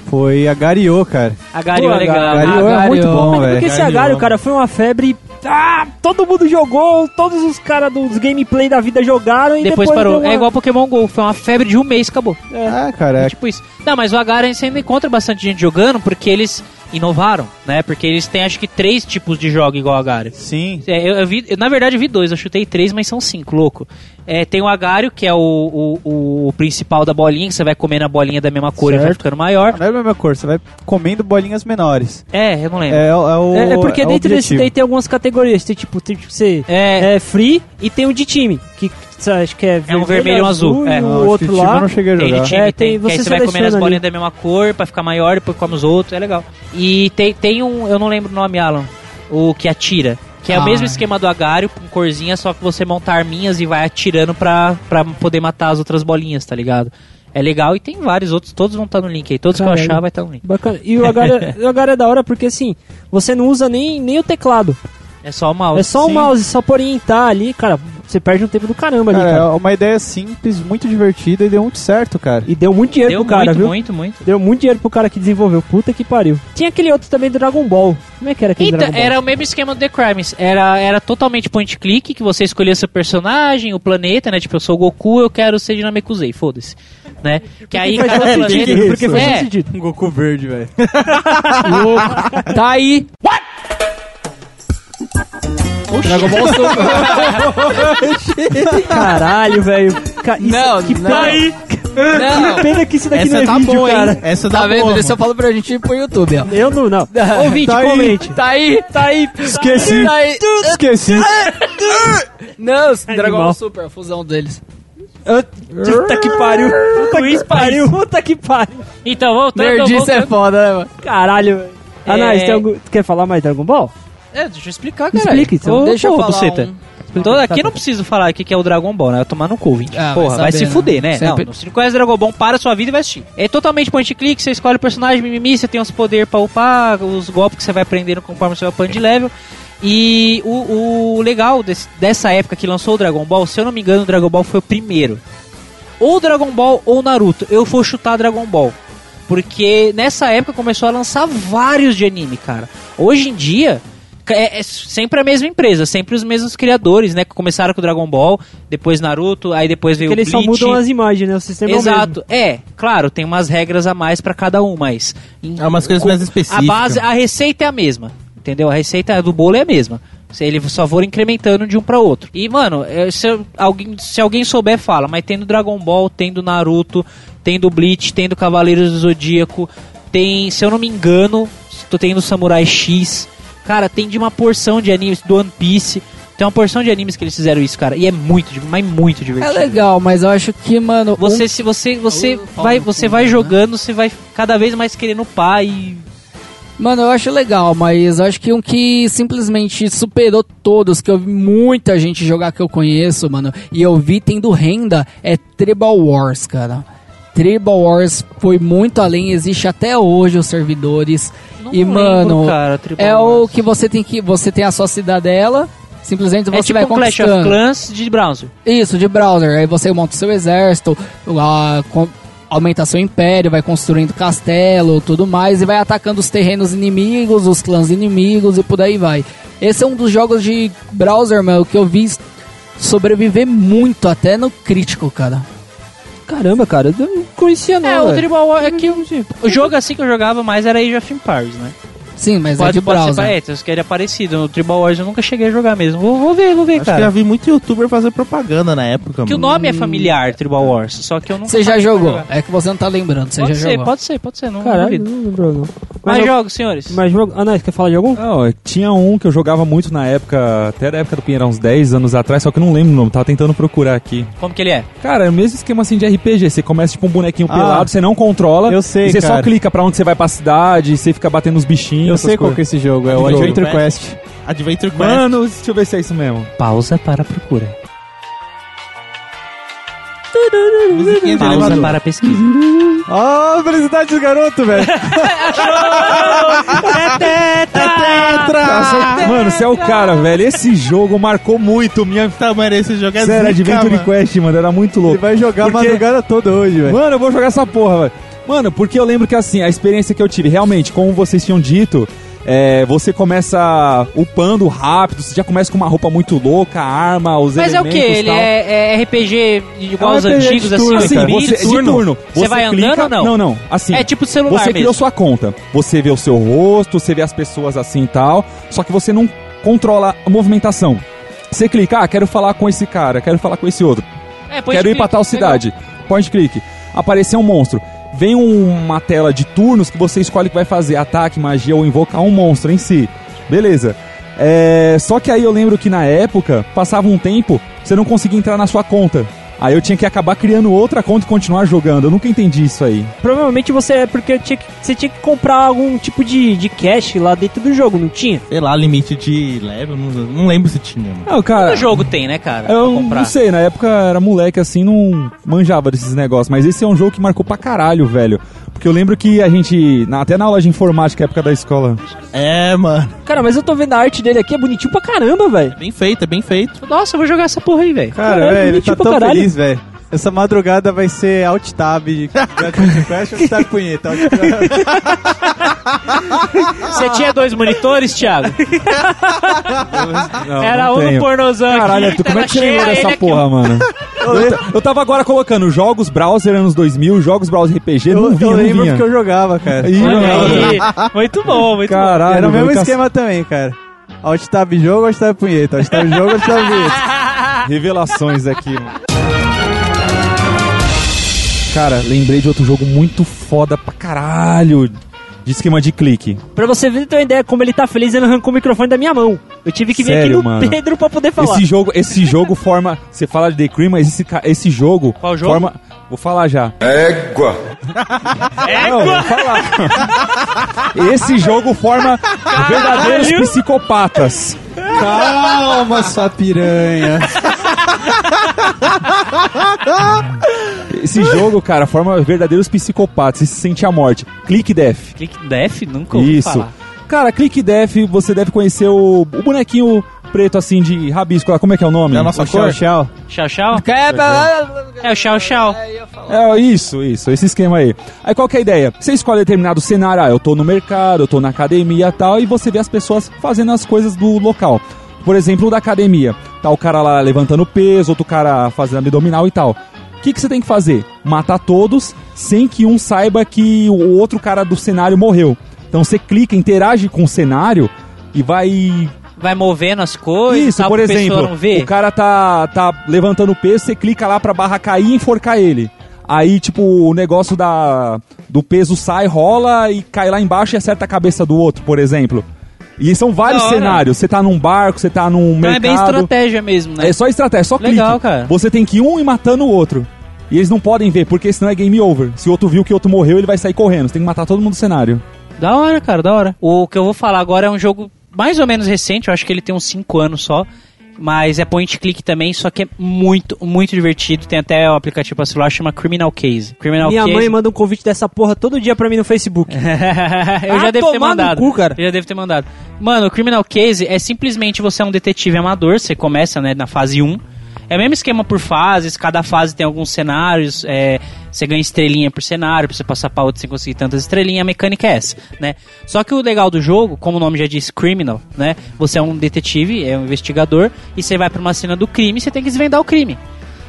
[SPEAKER 4] foi a Gariô, cara.
[SPEAKER 1] A Gario
[SPEAKER 2] Pô,
[SPEAKER 1] é legal.
[SPEAKER 4] Gariô
[SPEAKER 1] A
[SPEAKER 4] é
[SPEAKER 1] Gario-
[SPEAKER 4] muito bom,
[SPEAKER 2] Mas porque
[SPEAKER 4] velho.
[SPEAKER 2] esse agário, cara, foi uma febre. Ah, todo mundo jogou, todos os caras dos gameplay da vida jogaram e
[SPEAKER 1] Depois
[SPEAKER 2] depois,
[SPEAKER 1] parou.
[SPEAKER 2] deu uma-
[SPEAKER 1] É igual Pokémon GO, foi uma febre de um mês, acabou.
[SPEAKER 4] Ah,
[SPEAKER 1] É
[SPEAKER 4] cara,
[SPEAKER 1] tipo isso. Não, mas o Agaren você ainda encontra bastante gente jogando porque eles inovaram, né? Porque eles têm acho que três tipos de jogo igual o Agaren.
[SPEAKER 4] sim.
[SPEAKER 1] É, eu, eu vi, eu, na verdade eu vi dois, eu chutei três, mas são cinco, louco. É, tem o Agário, que é o, o, o principal da bolinha, que você vai comendo a bolinha da mesma cor e vai
[SPEAKER 4] Certo.
[SPEAKER 1] ficando maior.
[SPEAKER 4] Não é a mesma cor, você vai comendo bolinhas menores.
[SPEAKER 1] É, eu não lembro.
[SPEAKER 4] É, é o.
[SPEAKER 2] É, é porque
[SPEAKER 4] o
[SPEAKER 2] dentro desse
[SPEAKER 4] objetivo.
[SPEAKER 2] daí tem algumas categorias. Tem tipo, tem, tipo você
[SPEAKER 1] É,
[SPEAKER 2] é. free e tem o de time, que sabe, acho que é
[SPEAKER 1] um vermelho e um azul,
[SPEAKER 2] e
[SPEAKER 1] é.
[SPEAKER 2] o
[SPEAKER 4] Não, acho que
[SPEAKER 2] outro
[SPEAKER 4] time Eu
[SPEAKER 2] lá.
[SPEAKER 4] não cheguei a
[SPEAKER 1] Tem de
[SPEAKER 4] jogar.
[SPEAKER 1] time,
[SPEAKER 2] É, tem-
[SPEAKER 1] tem.
[SPEAKER 2] você
[SPEAKER 1] que aí você vai
[SPEAKER 2] seleciona
[SPEAKER 1] comendo as
[SPEAKER 2] ali.
[SPEAKER 1] bolinhas da mesma cor pra ficar maior, depois come os outros, é legal. E tem, tem um, eu não lembro o nome, Alan, o que atira. Que é
[SPEAKER 2] Ah.
[SPEAKER 1] o mesmo esquema do agário, com corzinha, só que você monta arminhas e vai atirando pra, pra poder matar as outras bolinhas, tá ligado? É legal e tem vários outros, todos vão estar no link aí. Todos que
[SPEAKER 2] Caralho.
[SPEAKER 1] eu achar vai estar no link.
[SPEAKER 2] Bacana. E o agário, o agário é da hora porque assim, você não usa nem, nem o teclado.
[SPEAKER 1] É só o mouse.
[SPEAKER 2] É só o
[SPEAKER 4] Sim.
[SPEAKER 2] mouse, só pra orientar ali, cara. Você perde um tempo do caramba ali,
[SPEAKER 4] Cara,
[SPEAKER 2] cara.
[SPEAKER 4] é uma ideia simples, muito divertida e deu muito certo, cara.
[SPEAKER 2] E deu muito dinheiro
[SPEAKER 1] Deu
[SPEAKER 2] pro cara,
[SPEAKER 1] muito,
[SPEAKER 2] viu?
[SPEAKER 1] muito, muito.
[SPEAKER 2] Deu muito dinheiro pro cara que desenvolveu. Puta que pariu. Tinha aquele outro também do Dragon Ball. Como é que era aquele
[SPEAKER 1] Então,
[SPEAKER 2] Dragon Ball?
[SPEAKER 1] era o mesmo esquema do The Crimes. Era, era totalmente point click, que você escolhia seu personagem, o planeta, né? Tipo, eu sou o Goku, eu quero ser Dinamekusei, foda-se. Né? Que aí cada planeta.
[SPEAKER 2] Porque, porque foi
[SPEAKER 1] é,
[SPEAKER 2] decidido.
[SPEAKER 4] Um Goku verde, velho.
[SPEAKER 6] Tá aí.
[SPEAKER 2] Dragon Ball Caralho, velho. Ca- isso-
[SPEAKER 6] Não,
[SPEAKER 2] que
[SPEAKER 6] não.
[SPEAKER 2] pena,
[SPEAKER 6] Não,
[SPEAKER 2] que pena que isso daqui
[SPEAKER 7] Essa
[SPEAKER 2] não é
[SPEAKER 7] tá
[SPEAKER 2] vídeo,
[SPEAKER 7] boa,
[SPEAKER 2] cara.
[SPEAKER 7] hein? Essa tá,
[SPEAKER 6] tá vendo?
[SPEAKER 7] boa.
[SPEAKER 6] Deixa eu falo pra gente ir pro YouTube, ó.
[SPEAKER 2] Eu não, não. Ouvinte,
[SPEAKER 4] Tá aí.
[SPEAKER 2] comente.
[SPEAKER 6] Tá aí.
[SPEAKER 2] Tá aí.
[SPEAKER 4] Esqueci.
[SPEAKER 6] Tá aí.
[SPEAKER 4] Esqueci.
[SPEAKER 6] Não, esse Dragon Ball
[SPEAKER 2] Animal.
[SPEAKER 6] Super, a fusão deles.
[SPEAKER 2] Puta que pariu. Puta que pariu. Puta que pariu.
[SPEAKER 1] Então, voltando.
[SPEAKER 6] Nerdice é
[SPEAKER 1] voltando.
[SPEAKER 6] foda, né, mano?
[SPEAKER 2] Caralho, velho. Ah, não,
[SPEAKER 1] É.
[SPEAKER 2] isso tem algum... tu quer falar mais Dragon Ball?
[SPEAKER 1] É, deixa eu explicar, cara.
[SPEAKER 2] Explica, então.
[SPEAKER 6] Deixa eu falar um-
[SPEAKER 1] aqui Então, eu não preciso falar o que que é o Dragon Ball, né? Vai tomar no cu, ouvinte.
[SPEAKER 6] Ah, vai
[SPEAKER 1] Porra, vai,
[SPEAKER 6] saber,
[SPEAKER 1] se
[SPEAKER 6] né?
[SPEAKER 1] fuder, né?
[SPEAKER 6] Sempre-
[SPEAKER 1] Não, se não conhece Dragon Ball, para a sua vida e vai assistir. É totalmente point click, você escolhe o personagem, mimimi, você tem os poderes pra upar, os golpes que você vai aprendendo conforme você vai upando de level. E o, o legal desse- dessa época que lançou o Dragon Ball, se eu não me engano, o Dragon Ball foi o primeiro. Ou Dragon Ball ou Naruto. Eu vou chutar Dragon Ball. Porque nessa época começou a lançar vários de anime, cara. Hoje em dia, ca- é, é sempre a mesma empresa, sempre os mesmos criadores, né? Que começaram com Dragon Ball, depois Naruto, aí depois veio
[SPEAKER 2] Porque eles
[SPEAKER 1] o
[SPEAKER 2] só
[SPEAKER 1] Bleach.
[SPEAKER 2] mudam as imagens, né? O sistema é o mesmo.
[SPEAKER 1] Exato, é, claro, tem umas regras a mais pra cada um, mas em-
[SPEAKER 7] É umas coisas mais específicas.
[SPEAKER 1] a base, a receita é a mesma, entendeu? A receita do bolo é a mesma. Se Ele só for incrementando de um pra outro. E, mano, é, se eu- alguém, se alguém souber, fala. Mas tem do Dragon Ball, tem do Naruto, tem do Bleach, tem do Cavaleiros do Zodíaco, tem, se eu não me engano, tô- tem do Samurai X. Cara, tem de uma porção de animes do One Piece. Tem uma porção de animes que eles fizeram isso, cara. E é muito, di- mas muito
[SPEAKER 6] É
[SPEAKER 1] divertido.
[SPEAKER 6] legal, mas eu acho que, mano.
[SPEAKER 1] Você se você você
[SPEAKER 6] Eu falo
[SPEAKER 1] vai
[SPEAKER 6] no
[SPEAKER 1] você
[SPEAKER 6] fundo,
[SPEAKER 1] vai
[SPEAKER 6] né?
[SPEAKER 1] jogando, você vai cada vez mais querendo upar e
[SPEAKER 6] um- mano, eu acho legal, mas eu acho que um que simplesmente superou todos, que eu vi muita gente jogar que eu conheço, mano, e eu vi tendo renda, é Tribal Wars, cara. Tribal Wars foi muito além, existe até hoje os servidores.
[SPEAKER 1] Não
[SPEAKER 6] e,
[SPEAKER 1] lembro,
[SPEAKER 6] mano,
[SPEAKER 1] cara, Tribal
[SPEAKER 6] é o
[SPEAKER 1] Wars.
[SPEAKER 6] que você tem que. Você tem a sua cidadela, simplesmente você
[SPEAKER 1] é tipo
[SPEAKER 6] vai
[SPEAKER 1] um Clash of
[SPEAKER 6] conquistando.
[SPEAKER 1] Clans de browser.
[SPEAKER 6] Isso, de browser. Aí você monta o seu exército, a- com- aumenta seu império, vai construindo castelo, tudo mais, e vai atacando os terrenos inimigos, os clãs inimigos e por aí vai. Esse é um dos jogos de browser, mano, que eu vi sobreviver muito, até no crítico, cara.
[SPEAKER 2] Caramba, cara, eu não conhecia não,
[SPEAKER 1] é, o
[SPEAKER 2] velho.
[SPEAKER 1] Tribal War é que o, o jogo assim que eu jogava mais era Age of Empires, né?
[SPEAKER 6] Sim, mas é de
[SPEAKER 1] ser
[SPEAKER 6] browser.
[SPEAKER 1] é, tem uns que ele é parecido. No Tribal Wars eu nunca cheguei a jogar mesmo. Vou, vou ver, vou ver,
[SPEAKER 7] Acho que
[SPEAKER 1] cara.
[SPEAKER 7] já vi muito youtuber fazer propaganda na época,
[SPEAKER 1] Que o
[SPEAKER 7] mano.
[SPEAKER 1] nome é familiar, Tribal Wars, só que eu nunca
[SPEAKER 6] Você já
[SPEAKER 1] parei pra
[SPEAKER 6] jogou.
[SPEAKER 1] jogar.
[SPEAKER 6] É que você não tá lembrando, você
[SPEAKER 1] Pode
[SPEAKER 6] já
[SPEAKER 1] ser,
[SPEAKER 6] jogou.
[SPEAKER 1] pode ser, pode ser, não
[SPEAKER 2] Caralho,
[SPEAKER 1] duvido.
[SPEAKER 2] não lembrou não.
[SPEAKER 1] Mas
[SPEAKER 2] Mas,
[SPEAKER 1] jogo, senhores.
[SPEAKER 2] mas jogo... Ah, não, você quer falar de algum?
[SPEAKER 5] Não, é, tinha um que eu jogava muito na época, até da época do Pinheirão, uns 10 anos atrás, só que eu não lembro o nome, tava tentando procurar aqui.
[SPEAKER 1] Como que ele é?
[SPEAKER 5] Cara, é o mesmo esquema assim de RPG, você começa tipo um bonequinho
[SPEAKER 4] Ah,
[SPEAKER 5] pelado, você não controla,
[SPEAKER 4] eu sei,
[SPEAKER 5] e você
[SPEAKER 4] cara.
[SPEAKER 5] só clica pra onde você vai pra cidade, você fica batendo os bichinhos,
[SPEAKER 4] Eu
[SPEAKER 5] essas
[SPEAKER 4] sei qual
[SPEAKER 5] coisas.
[SPEAKER 4] que é esse jogo, é o
[SPEAKER 5] Jogo.
[SPEAKER 4] Adventure Quest.
[SPEAKER 7] Adventure Quest.
[SPEAKER 5] Mano, deixa eu ver se é isso mesmo.
[SPEAKER 1] Pausa para a procura.
[SPEAKER 7] musiquinha
[SPEAKER 4] Tá
[SPEAKER 7] de
[SPEAKER 1] Pausa
[SPEAKER 7] elevador.
[SPEAKER 1] para a pesquisa.
[SPEAKER 4] Ah, felicidade dos garotos, velho.
[SPEAKER 5] Mano, você é o cara, velho. Esse jogo marcou muito minha.
[SPEAKER 7] Tá, mano, esse jogo é
[SPEAKER 5] Sério,
[SPEAKER 7] zica,
[SPEAKER 5] Adventure
[SPEAKER 7] mano.
[SPEAKER 5] Quest, mano, era muito
[SPEAKER 4] Ele
[SPEAKER 5] louco.
[SPEAKER 4] vai jogar a
[SPEAKER 5] Porque-
[SPEAKER 4] madrugada toda hoje, velho.
[SPEAKER 5] Mano, eu vou jogar essa porra, velho. Mano, porque eu lembro que assim, a experiência que eu tive, realmente, como vocês tinham dito, é, você começa upando rápido, você já começa com uma roupa muito louca, a arma, os
[SPEAKER 1] Mas é o
[SPEAKER 5] elementos
[SPEAKER 1] que? Ele
[SPEAKER 5] tal.
[SPEAKER 1] é, é RPG igual
[SPEAKER 4] É um
[SPEAKER 1] aos
[SPEAKER 4] RPG de
[SPEAKER 1] antigos, assim,
[SPEAKER 4] turno,
[SPEAKER 5] Assim,
[SPEAKER 1] oito
[SPEAKER 5] você,
[SPEAKER 1] bits,
[SPEAKER 5] de turno.
[SPEAKER 1] Você vai andando ou não?
[SPEAKER 5] Não, não. Assim,
[SPEAKER 1] É tipo celular
[SPEAKER 5] você criou
[SPEAKER 1] mesmo.
[SPEAKER 5] sua conta. Você vê o seu rosto, você vê as pessoas assim e tal, só que você não controla a movimentação. Você clica, ah, quero falar com esse cara, quero falar com esse outro,
[SPEAKER 1] É, point
[SPEAKER 5] quero ir pra
[SPEAKER 1] click,
[SPEAKER 5] tal
[SPEAKER 1] legal.
[SPEAKER 5] cidade. Point click. Apareceu um monstro. Vem um, uma tela de turnos que você escolhe o que vai fazer, ataque, magia ou invocar um monstro em si. Beleza. É, só que aí eu lembro que na época, passava um tempo, você não conseguia entrar na sua conta. Aí eu tinha que acabar criando outra conta e continuar jogando. Eu nunca entendi isso aí.
[SPEAKER 2] Provavelmente você é porque tinha que- você tinha que comprar algum tipo de, de cash lá dentro do jogo, não tinha?
[SPEAKER 7] Sei lá, limite de level, não, não lembro se tinha, mano.
[SPEAKER 5] Ah, cara,
[SPEAKER 1] Todo jogo tem, né, cara?
[SPEAKER 5] Eu
[SPEAKER 1] pra comprar.
[SPEAKER 5] não sei, na época era moleque assim, não manjava desses negócios, mas esse é um jogo que marcou pra caralho, velho. Porque eu lembro que a gente, na- até na aula de informática, época da escola.
[SPEAKER 7] É, mano.
[SPEAKER 2] Cara, mas eu tô vendo a arte dele aqui, é bonitinho pra caramba, velho.
[SPEAKER 7] Bem feito, é bem feito.
[SPEAKER 1] Nossa, eu vou jogar essa porra aí, velho.
[SPEAKER 4] Cara,
[SPEAKER 2] Caralho,
[SPEAKER 4] velho, ele
[SPEAKER 2] bonitinho
[SPEAKER 4] tá
[SPEAKER 2] pra
[SPEAKER 4] tão
[SPEAKER 2] caralho.
[SPEAKER 4] feliz, velho. Essa madrugada vai ser alt tab. de- Adventure Quest, alt tab punheta. alt tab-
[SPEAKER 2] Ah.
[SPEAKER 1] Você tinha dois monitores, Thiago?
[SPEAKER 5] Não,
[SPEAKER 1] Era
[SPEAKER 5] não
[SPEAKER 1] um
[SPEAKER 5] tenho.
[SPEAKER 1] no pornozão aqui,
[SPEAKER 5] Caralho, tu, como é que você
[SPEAKER 1] tela
[SPEAKER 5] lembrou
[SPEAKER 1] cheia, ele
[SPEAKER 5] dessa
[SPEAKER 1] aqui,
[SPEAKER 5] porra, mano? Eu, eu tava agora colocando jogos browser anos 2000, jogos browser RPG,
[SPEAKER 4] Eu,
[SPEAKER 5] não vinha,
[SPEAKER 4] eu
[SPEAKER 5] não
[SPEAKER 4] lembro
[SPEAKER 5] vinha.
[SPEAKER 4] porque eu jogava, cara.
[SPEAKER 5] Ih, mano.
[SPEAKER 1] Olha aí. Muito bom, muito
[SPEAKER 5] Caralho,
[SPEAKER 4] Era o mesmo
[SPEAKER 5] velho,
[SPEAKER 4] esquema também, cara. Alt tab jogo, alt tab punheta. Alt tab jogo, alt tab punheta.
[SPEAKER 5] Revelações aqui, mano. Cara, lembrei de outro jogo muito foda pra caralho. De esquema de clique.
[SPEAKER 2] Pra você ver, ter uma ideia como ele tá feliz, ele arrancou o microfone da minha mão. Eu tive que vir aqui
[SPEAKER 5] Sério,
[SPEAKER 2] no
[SPEAKER 5] mano?
[SPEAKER 2] Pedro pra poder falar.
[SPEAKER 5] Esse jogo, esse jogo forma. Você fala de The Cream, mas esse, ca- esse jogo.
[SPEAKER 1] Qual jogo?
[SPEAKER 5] Forma, vou falar já. Égua! Não, vou falar. Esse jogo forma verdadeiros psicopatas.
[SPEAKER 4] Calma, sua piranha.
[SPEAKER 5] Esse jogo, cara, forma verdadeiros psicopatas. Você se sente a morte. Click Death.
[SPEAKER 1] bom. Click Death? Nunca ouvi
[SPEAKER 5] Isso.
[SPEAKER 1] falar.
[SPEAKER 5] Cara, Click Death, você deve conhecer o, o bonequinho preto assim de rabisco lá. Como é que é o nome?
[SPEAKER 7] É a nossa
[SPEAKER 5] O
[SPEAKER 7] cor?
[SPEAKER 5] Chau
[SPEAKER 1] Tchau,
[SPEAKER 5] Chau.
[SPEAKER 1] tchau.
[SPEAKER 6] É,
[SPEAKER 1] É o tchau, tchau.
[SPEAKER 5] É, isso, isso, esse esquema aí. Aí qual que é a ideia? Você escolhe determinado cenário, ah, eu tô no mercado, eu tô na academia e tal, e você vê as pessoas fazendo as coisas do local. Por exemplo, o da academia. Tá o cara lá levantando peso, outro cara fazendo abdominal e tal. O que, que você tem que fazer? Matar todos sem que um saiba que o outro cara do cenário morreu. Então você clica, interage com o cenário e vai
[SPEAKER 1] Vai movendo as coisas.
[SPEAKER 5] isso,
[SPEAKER 1] tal,
[SPEAKER 5] por
[SPEAKER 1] pro pessoal
[SPEAKER 5] exemplo,
[SPEAKER 1] Não ver.
[SPEAKER 5] o cara tá, tá levantando o peso, você clica lá pra barra cair e enforcar ele. Aí, tipo, o negócio da, do peso sai, rola e cai lá embaixo e acerta a cabeça do outro, por exemplo. E são vários
[SPEAKER 1] Da hora.
[SPEAKER 5] cenários. Você tá num barco, você tá num
[SPEAKER 1] Então é bem
[SPEAKER 5] mercado.
[SPEAKER 1] estratégia mesmo, né?
[SPEAKER 5] É só estratégia, só clique.
[SPEAKER 1] Legal, cara.
[SPEAKER 5] Você tem que ir um e matando o outro. E eles não podem ver, porque senão é game over. Se o outro viu que o outro morreu, ele vai sair correndo. Você tem que matar todo mundo do cenário.
[SPEAKER 1] Da hora, cara, da hora. O que eu vou falar agora é um jogo mais ou menos recente, eu acho que ele tem uns 5 anos só. Mas é point click também, só que é muito, muito divertido. Tem até o aplicativo pra celular, chama Criminal Case. Criminal
[SPEAKER 2] Minha
[SPEAKER 1] Case. é
[SPEAKER 2] mãe manda um convite dessa porra todo dia pra mim no Facebook.
[SPEAKER 1] eu já
[SPEAKER 2] Ah,
[SPEAKER 1] devo ter
[SPEAKER 2] tomar no
[SPEAKER 1] mandado.
[SPEAKER 2] cu, cara.
[SPEAKER 1] Eu já devo ter mandado. Mano, o Criminal Case é simplesmente você é um detetive amador, você começa né, na fase 1. É o mesmo esquema por fases, cada fase tem alguns cenários, é, você ganha estrelinha por cenário, pra você passar pra outro sem conseguir tantas estrelinhas, a mecânica é essa, né? Só que o legal do jogo, como o nome já diz, Criminal, né? Você é um detetive, é um investigador, e você vai pra uma cena do crime e você tem que desvendar o crime.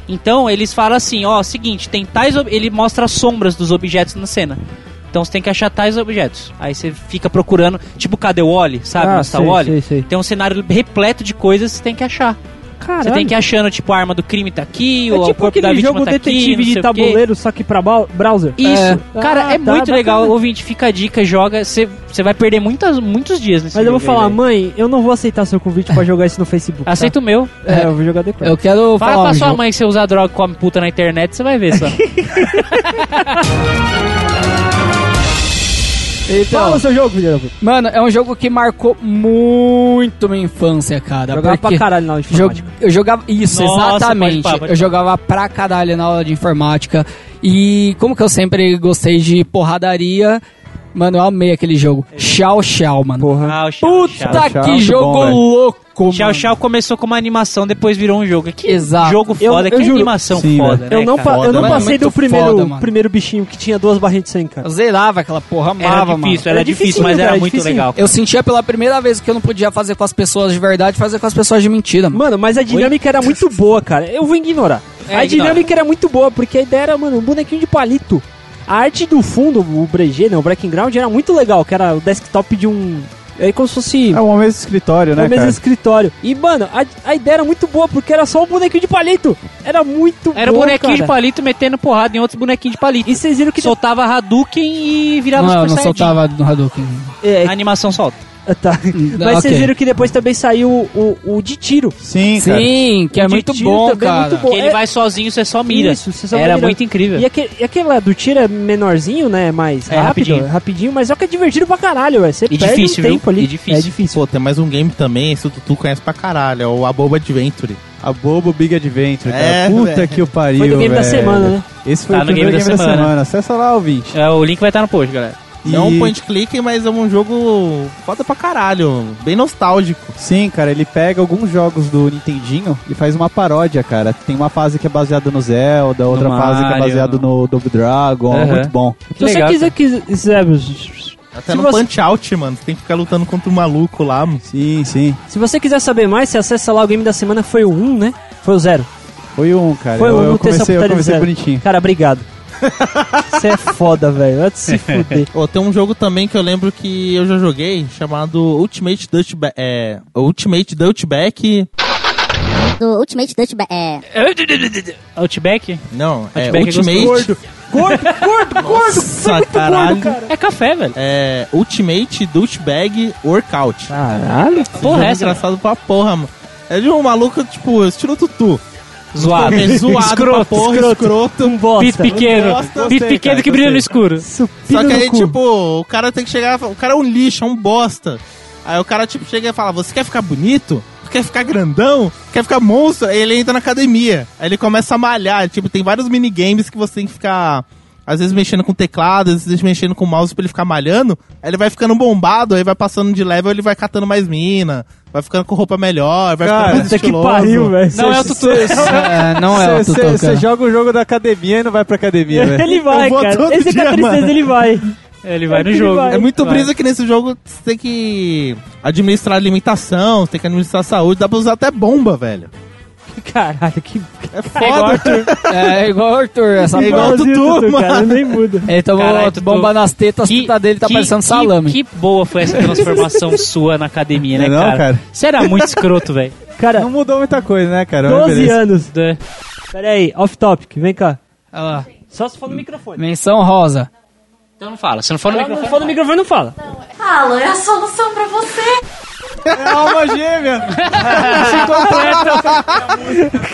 [SPEAKER 1] Então eles falam assim, ó, seguinte, tem tais. ob- Ele mostra as sombras dos objetos na cena. Então você tem que achar tais objetos. Aí você fica procurando, tipo, cadê o Wally?
[SPEAKER 2] ah,
[SPEAKER 1] Sabe? onde está o Wally? Tem um cenário repleto de coisas que você tem que achar. Você tem que ir achando, tipo, a arma do crime tá aqui,
[SPEAKER 2] É
[SPEAKER 1] ou o
[SPEAKER 2] tipo
[SPEAKER 1] corpo da
[SPEAKER 2] aquele
[SPEAKER 1] vítima
[SPEAKER 2] jogo
[SPEAKER 1] tá aqui, não
[SPEAKER 2] detetive
[SPEAKER 1] sei
[SPEAKER 2] de
[SPEAKER 1] o quê.
[SPEAKER 2] tabuleiro, só que pra bal- browser.
[SPEAKER 1] Isso,
[SPEAKER 2] É.
[SPEAKER 1] cara,
[SPEAKER 2] Ah,
[SPEAKER 1] é
[SPEAKER 2] tá,
[SPEAKER 1] muito
[SPEAKER 2] bacana.
[SPEAKER 1] legal. Ouvinte, fica a dica, joga. Você você vai perder muitas, muitos dias nesse
[SPEAKER 2] Mas eu vou
[SPEAKER 1] jogo aí,
[SPEAKER 2] falar,
[SPEAKER 1] velho.
[SPEAKER 2] mãe, eu não vou aceitar seu convite pra jogar isso no Facebook. tá?
[SPEAKER 1] Aceita o meu.
[SPEAKER 2] É, eu vou jogar The Crown.
[SPEAKER 6] Eu quero
[SPEAKER 1] Fala
[SPEAKER 6] falar
[SPEAKER 1] pra
[SPEAKER 6] um
[SPEAKER 1] sua
[SPEAKER 6] jogo.
[SPEAKER 1] mãe que você usa droga e come puta na internet, você vai ver só.
[SPEAKER 2] Fala o
[SPEAKER 6] Então,
[SPEAKER 2] seu jogo, filho. da puta.
[SPEAKER 6] mano, é um jogo que marcou muito minha infância, cara.
[SPEAKER 2] Jogava
[SPEAKER 6] porque-
[SPEAKER 2] pra caralho na aula de
[SPEAKER 6] Jog-
[SPEAKER 2] informática.
[SPEAKER 6] Eu jogava. Isso,
[SPEAKER 1] Nossa, pode
[SPEAKER 6] exatamente.
[SPEAKER 1] pá, pode
[SPEAKER 6] eu
[SPEAKER 1] pá.
[SPEAKER 6] jogava pra caralho na aula de informática. E como que eu sempre gostei de porradaria, mano, eu amei aquele jogo.
[SPEAKER 1] É.
[SPEAKER 6] Tchau, tchau, mano.
[SPEAKER 2] Porra.
[SPEAKER 1] Ah, o Xiao, Xiao.
[SPEAKER 6] Puta
[SPEAKER 4] Tchau,
[SPEAKER 6] que
[SPEAKER 4] tchau,
[SPEAKER 6] jogo
[SPEAKER 4] bom, velho.
[SPEAKER 6] louco, mano.
[SPEAKER 1] Xiao Xiao começou com uma animação, depois virou um jogo. Que
[SPEAKER 6] Exato.
[SPEAKER 1] jogo
[SPEAKER 2] Eu-
[SPEAKER 1] foda,
[SPEAKER 2] eu
[SPEAKER 1] que
[SPEAKER 2] juro.
[SPEAKER 1] animação
[SPEAKER 4] Sim,
[SPEAKER 1] foda, né,
[SPEAKER 2] Eu não,
[SPEAKER 1] cara?
[SPEAKER 2] pa- eu não
[SPEAKER 6] mano.
[SPEAKER 2] passei do
[SPEAKER 6] Muito
[SPEAKER 2] primeiro,
[SPEAKER 6] foda, mano.
[SPEAKER 2] primeiro bichinho que tinha duas barrinhas de sangue, cara.
[SPEAKER 6] Eu zerava aquela porra,
[SPEAKER 1] Era
[SPEAKER 6] amava, mano.
[SPEAKER 1] difícil, era
[SPEAKER 2] Era
[SPEAKER 1] difícil,
[SPEAKER 2] dificinho,
[SPEAKER 1] mas era
[SPEAKER 2] cara,
[SPEAKER 1] muito
[SPEAKER 2] dificinho.
[SPEAKER 1] legal.
[SPEAKER 6] Eu sentia pela primeira vez que eu não podia fazer com as pessoas de verdade, fazer com as pessoas de mentira, mano.
[SPEAKER 2] Mano, mas a dinâmica era muito boa, cara. Eu vou ignorar.
[SPEAKER 1] É,
[SPEAKER 2] a
[SPEAKER 1] ignora.
[SPEAKER 2] dinâmica era muito boa, porque a ideia era, mano, um bonequinho de palito. A arte do fundo, o Breger, né, o Breaking Ground, era muito legal, que era o desktop de um... É como se fosse...
[SPEAKER 4] É uma mesa de escritório, né,
[SPEAKER 2] o mesmo
[SPEAKER 4] cara?
[SPEAKER 2] escritório. E, mano, a, a ideia era muito boa, porque era só um bonequinho de palito. Era muito
[SPEAKER 1] Era um
[SPEAKER 2] bom,
[SPEAKER 1] bonequinho de
[SPEAKER 2] cara.
[SPEAKER 1] palito metendo porrada em outros bonequinhos de palito.
[SPEAKER 2] E vocês viram que...
[SPEAKER 1] soltava Hadouken e virava
[SPEAKER 6] não,
[SPEAKER 1] Super
[SPEAKER 6] eu não
[SPEAKER 1] Saiyajin.
[SPEAKER 6] soltava no Hadouken. Ah,
[SPEAKER 2] É,
[SPEAKER 1] A animação solta.
[SPEAKER 2] tá. Mas vocês
[SPEAKER 6] ok.
[SPEAKER 2] viram que depois também saiu o, o de tiro.
[SPEAKER 4] Sim, cara.
[SPEAKER 6] Sim, que é
[SPEAKER 2] De
[SPEAKER 6] muito
[SPEAKER 2] tiro
[SPEAKER 6] bom,
[SPEAKER 2] também é
[SPEAKER 6] cara.
[SPEAKER 2] muito bom.
[SPEAKER 1] Que ele
[SPEAKER 2] É-
[SPEAKER 1] vai sozinho, você só mira.
[SPEAKER 2] Isso, você só vai
[SPEAKER 1] era
[SPEAKER 2] mirando.
[SPEAKER 1] muito incrível.
[SPEAKER 2] E, aquele, e aquele lá do tiro é menorzinho, né? Mais
[SPEAKER 1] É,
[SPEAKER 2] rápido,
[SPEAKER 1] rapidinho.
[SPEAKER 2] rapidinho. mas só que é divertido pra caralho, velho. Você
[SPEAKER 1] E
[SPEAKER 2] perde
[SPEAKER 1] difícil,
[SPEAKER 2] um
[SPEAKER 1] viu?
[SPEAKER 2] tempo ali.
[SPEAKER 1] E difícil.
[SPEAKER 2] É difícil.
[SPEAKER 7] Pô, tem mais um game também, esse tu, tu conhece pra caralho, é o Aboba Adventure.
[SPEAKER 4] A Bobo Big Adventure, cara.
[SPEAKER 7] É,
[SPEAKER 4] Puta
[SPEAKER 7] velho.
[SPEAKER 4] que o pariu,
[SPEAKER 2] Foi do game da
[SPEAKER 4] velho.
[SPEAKER 2] semana, né?
[SPEAKER 4] Esse foi
[SPEAKER 1] Tá
[SPEAKER 4] o
[SPEAKER 1] no
[SPEAKER 4] primeiro
[SPEAKER 1] game
[SPEAKER 4] game,
[SPEAKER 1] da
[SPEAKER 4] da, semana. Acessa lá, ouvinte.
[SPEAKER 1] É, o link vai estar no post, galera.
[SPEAKER 7] Não
[SPEAKER 4] E-
[SPEAKER 7] um point click, mas é um jogo foda pra caralho, bem nostálgico.
[SPEAKER 4] Sim, cara, ele pega alguns jogos do Nintendinho e faz uma paródia, cara. Tem uma fase que é baseada no Zelda, outra fase que é
[SPEAKER 1] Mario.
[SPEAKER 4] baseada no Double Dragon.
[SPEAKER 1] Aham.
[SPEAKER 4] Muito bom.
[SPEAKER 2] Se você
[SPEAKER 1] legal,
[SPEAKER 2] quiser, quiser,
[SPEAKER 7] Até
[SPEAKER 2] Se
[SPEAKER 7] no
[SPEAKER 2] você-
[SPEAKER 7] Punch Out, mano, você tem que ficar lutando contra um maluco lá, mano.
[SPEAKER 4] Sim, sim.
[SPEAKER 2] se você quiser saber mais, você acessa lá o game da semana. Foi o 1, né? Foi o 0.
[SPEAKER 4] Foi um, cara.
[SPEAKER 2] Foi
[SPEAKER 4] eu,
[SPEAKER 2] um,
[SPEAKER 4] eu
[SPEAKER 2] não tem
[SPEAKER 4] comecei, eu
[SPEAKER 2] sapatão de
[SPEAKER 4] comecei
[SPEAKER 2] zero.
[SPEAKER 4] bonitinho.
[SPEAKER 2] Cara, obrigado. Você é foda, velho. Vai te se fuder.
[SPEAKER 7] Ô, tem um jogo também que eu lembro que eu já joguei, chamado Ultimate Dutchback. É, Ultimate Dutchback.
[SPEAKER 9] do Ultimate Dutch Ba- é,
[SPEAKER 1] Outback?
[SPEAKER 7] Não, é
[SPEAKER 1] Outback é
[SPEAKER 7] Ultimate.
[SPEAKER 1] gostoso.
[SPEAKER 2] gordo, gordo, gordo.
[SPEAKER 7] Nossa, caralho.
[SPEAKER 1] É café, velho.
[SPEAKER 7] É Ultimate Dutchbag Workout.
[SPEAKER 2] Caralho. é
[SPEAKER 1] Porra,
[SPEAKER 7] Jogo é
[SPEAKER 1] essa. mano.
[SPEAKER 7] engraçado pra porra, mano. É de um maluco, tipo, estilo Tutu.
[SPEAKER 1] Zoado.
[SPEAKER 7] É zoado pra
[SPEAKER 1] Escroto,
[SPEAKER 7] porra,
[SPEAKER 1] escroto.
[SPEAKER 7] escroto.
[SPEAKER 2] Um bosta.
[SPEAKER 1] Pito pequeno.
[SPEAKER 7] Gostei,
[SPEAKER 1] Pito
[SPEAKER 7] cara,
[SPEAKER 1] pequeno que brilha no
[SPEAKER 7] gostei.
[SPEAKER 1] escuro.
[SPEAKER 7] Só que
[SPEAKER 2] no
[SPEAKER 7] aí,
[SPEAKER 2] cu.
[SPEAKER 7] tipo, o cara tem que chegar. e falar, O cara é um lixo, é um bosta. Aí o cara, tipo, chega e fala: Você quer ficar bonito? Tu Quer ficar grandão? Quer ficar monstro? Aí ele entra na academia. Aí ele começa a malhar. Tipo, tem vários minigames que você tem que ficar. Às vezes mexendo com teclado, às vezes mexendo com mouse pra ele ficar malhando. Aí ele vai ficando bombado, aí vai passando de level, ele vai catando mais mina, vai ficando com roupa melhor, vai ficando mais
[SPEAKER 2] Puta que
[SPEAKER 7] estiloso.
[SPEAKER 2] pariu, velho.
[SPEAKER 1] Não é o tutu.
[SPEAKER 6] É, não é o Tutu, cara.
[SPEAKER 4] Você joga o jogo da academia e não vai pra academia, velho.
[SPEAKER 2] Ele vai,
[SPEAKER 7] Eu vou todo
[SPEAKER 2] cara. Esse que é
[SPEAKER 7] dia,
[SPEAKER 2] a tristeza,
[SPEAKER 7] mano.
[SPEAKER 2] ele vai.
[SPEAKER 1] Ele vai no
[SPEAKER 2] Ele
[SPEAKER 1] jogo.
[SPEAKER 2] vai.
[SPEAKER 7] É muito
[SPEAKER 1] Vai.
[SPEAKER 7] brisa que nesse jogo você tem que administrar alimentação, você tem que administrar saúde, dá pra usar até bomba, velho.
[SPEAKER 2] Caralho, que
[SPEAKER 7] É foda.
[SPEAKER 1] É igual Arthur.
[SPEAKER 6] É igual o Arthur, essa
[SPEAKER 7] É igual
[SPEAKER 6] porra.
[SPEAKER 7] o Tutu,
[SPEAKER 2] cara.
[SPEAKER 7] mano.
[SPEAKER 2] Nem muda.
[SPEAKER 6] Ele tomou
[SPEAKER 1] Caralho,
[SPEAKER 6] outra
[SPEAKER 1] Tutu.
[SPEAKER 6] bomba nas tetas, a
[SPEAKER 1] Que-
[SPEAKER 6] teta dele tá
[SPEAKER 1] que-
[SPEAKER 6] parecendo
[SPEAKER 1] que-
[SPEAKER 6] salame.
[SPEAKER 1] Que boa foi essa transformação sua na academia, né,
[SPEAKER 4] Não é não,
[SPEAKER 1] cara?
[SPEAKER 4] cara?
[SPEAKER 1] Você era muito escroto, velho.
[SPEAKER 2] Cara,
[SPEAKER 4] Não mudou muita coisa, né, cara? Mas
[SPEAKER 2] 12
[SPEAKER 4] beleza.
[SPEAKER 2] anos.
[SPEAKER 1] Do-
[SPEAKER 2] Pera aí, off topic, vem cá.
[SPEAKER 6] Olha lá.
[SPEAKER 2] Só se for no microfone.
[SPEAKER 6] Menção rosa.
[SPEAKER 1] Então não fala. Se não for no
[SPEAKER 2] Se
[SPEAKER 1] microfone...
[SPEAKER 2] for no microfone, não fala.
[SPEAKER 10] Fala, é a solução pra você.
[SPEAKER 4] É a alma gêmea.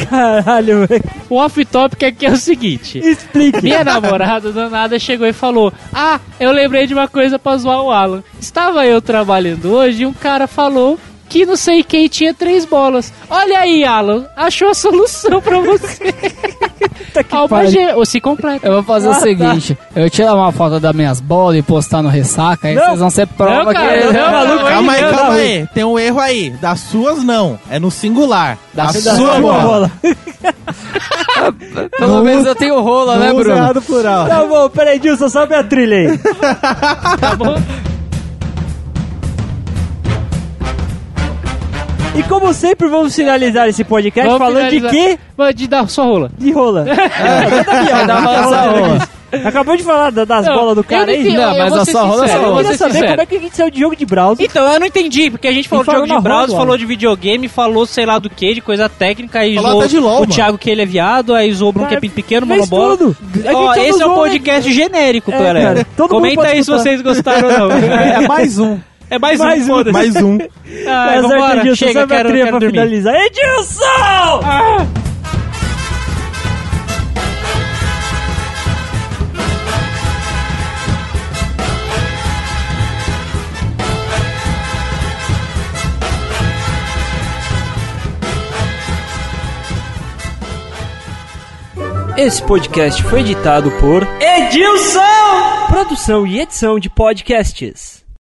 [SPEAKER 2] Caralho, velho.
[SPEAKER 1] O off-topic aqui é o seguinte.
[SPEAKER 2] Explique.
[SPEAKER 1] Minha namorada danada chegou e falou: Ah, eu lembrei de uma coisa pra zoar o Alan. Estava eu trabalhando hoje e um cara falou que não sei quem tinha três bolas. Olha aí, Alan, achou a solução pra você. Alma
[SPEAKER 2] Tá pariu.
[SPEAKER 1] gêmea, ou se completa.
[SPEAKER 6] Eu vou fazer o seguinte: eu tirar uma foto das minhas bolas e postar no ressaca, aí
[SPEAKER 2] Não.
[SPEAKER 6] vocês vão ser prova
[SPEAKER 1] Não, cara,
[SPEAKER 6] que. é
[SPEAKER 1] não,
[SPEAKER 6] Maluco,
[SPEAKER 1] não,
[SPEAKER 7] Calma aí, calma aí. Tem um erro aí. Das suas, não. É no singular. Da, sua, bola.
[SPEAKER 6] Pelo menos eu tenho rola, né,
[SPEAKER 4] Não usa
[SPEAKER 6] Bruno?
[SPEAKER 4] errado plural.
[SPEAKER 2] Tá bom, peraí, Dilson, sobe a trilha aí.
[SPEAKER 1] Tá
[SPEAKER 2] E como sempre, vamos finalizar esse podcast
[SPEAKER 1] Vamos
[SPEAKER 2] falando de
[SPEAKER 1] finalizar.
[SPEAKER 2] quê?
[SPEAKER 1] Mano, de dar sua rola.
[SPEAKER 2] De rola.
[SPEAKER 6] Vai dar uma rola.
[SPEAKER 2] Acabou de falar da- das
[SPEAKER 1] Não,
[SPEAKER 2] bolas do
[SPEAKER 1] eu
[SPEAKER 2] cara aí.
[SPEAKER 1] entendi,
[SPEAKER 6] Não,
[SPEAKER 1] eu
[SPEAKER 6] mas
[SPEAKER 1] vou
[SPEAKER 6] a
[SPEAKER 1] ser
[SPEAKER 6] sua rola é
[SPEAKER 1] sincero, eu
[SPEAKER 2] Eu
[SPEAKER 6] sua
[SPEAKER 1] vou
[SPEAKER 6] rola.
[SPEAKER 2] queria
[SPEAKER 1] ser
[SPEAKER 2] saber
[SPEAKER 1] sincero.
[SPEAKER 2] como é que a gente saiu de jogo de browser.
[SPEAKER 1] Então, eu não entendi, porque a gente falou de jogo
[SPEAKER 2] falou
[SPEAKER 1] de
[SPEAKER 2] na
[SPEAKER 1] browser,
[SPEAKER 2] roda,
[SPEAKER 1] falou
[SPEAKER 2] Alan.
[SPEAKER 1] de videogame, falou sei lá do que, de coisa técnica, aí
[SPEAKER 7] Falou
[SPEAKER 1] zoou
[SPEAKER 7] até de LOL,
[SPEAKER 1] o
[SPEAKER 7] mano.
[SPEAKER 1] Thiago que ele é viado, aí zoou o Bruno que é
[SPEAKER 2] Cara,
[SPEAKER 1] pequeno,
[SPEAKER 2] fez
[SPEAKER 1] monobola.
[SPEAKER 2] tudo. A gente
[SPEAKER 1] Ó,
[SPEAKER 2] só
[SPEAKER 1] esse é
[SPEAKER 2] usou,
[SPEAKER 1] um
[SPEAKER 2] né?
[SPEAKER 1] podcast genérico,
[SPEAKER 2] É,
[SPEAKER 1] galera.
[SPEAKER 2] cara, todo mundo
[SPEAKER 1] Comenta
[SPEAKER 2] pode
[SPEAKER 1] aí se
[SPEAKER 2] escutar.
[SPEAKER 1] vocês gostaram ou não. É mais um. É mais,
[SPEAKER 2] Mais um.
[SPEAKER 1] um, foda-se.
[SPEAKER 7] Mais um.
[SPEAKER 1] Ah,
[SPEAKER 2] Mas,
[SPEAKER 1] vambora,
[SPEAKER 2] Edilson,
[SPEAKER 1] chega,
[SPEAKER 2] sobe a
[SPEAKER 1] quero,
[SPEAKER 2] trilha
[SPEAKER 1] quero
[SPEAKER 2] pra
[SPEAKER 1] dormir.
[SPEAKER 2] finalizar. Edilson! Esse podcast foi editado por Edilson! Produção e edição de podcasts.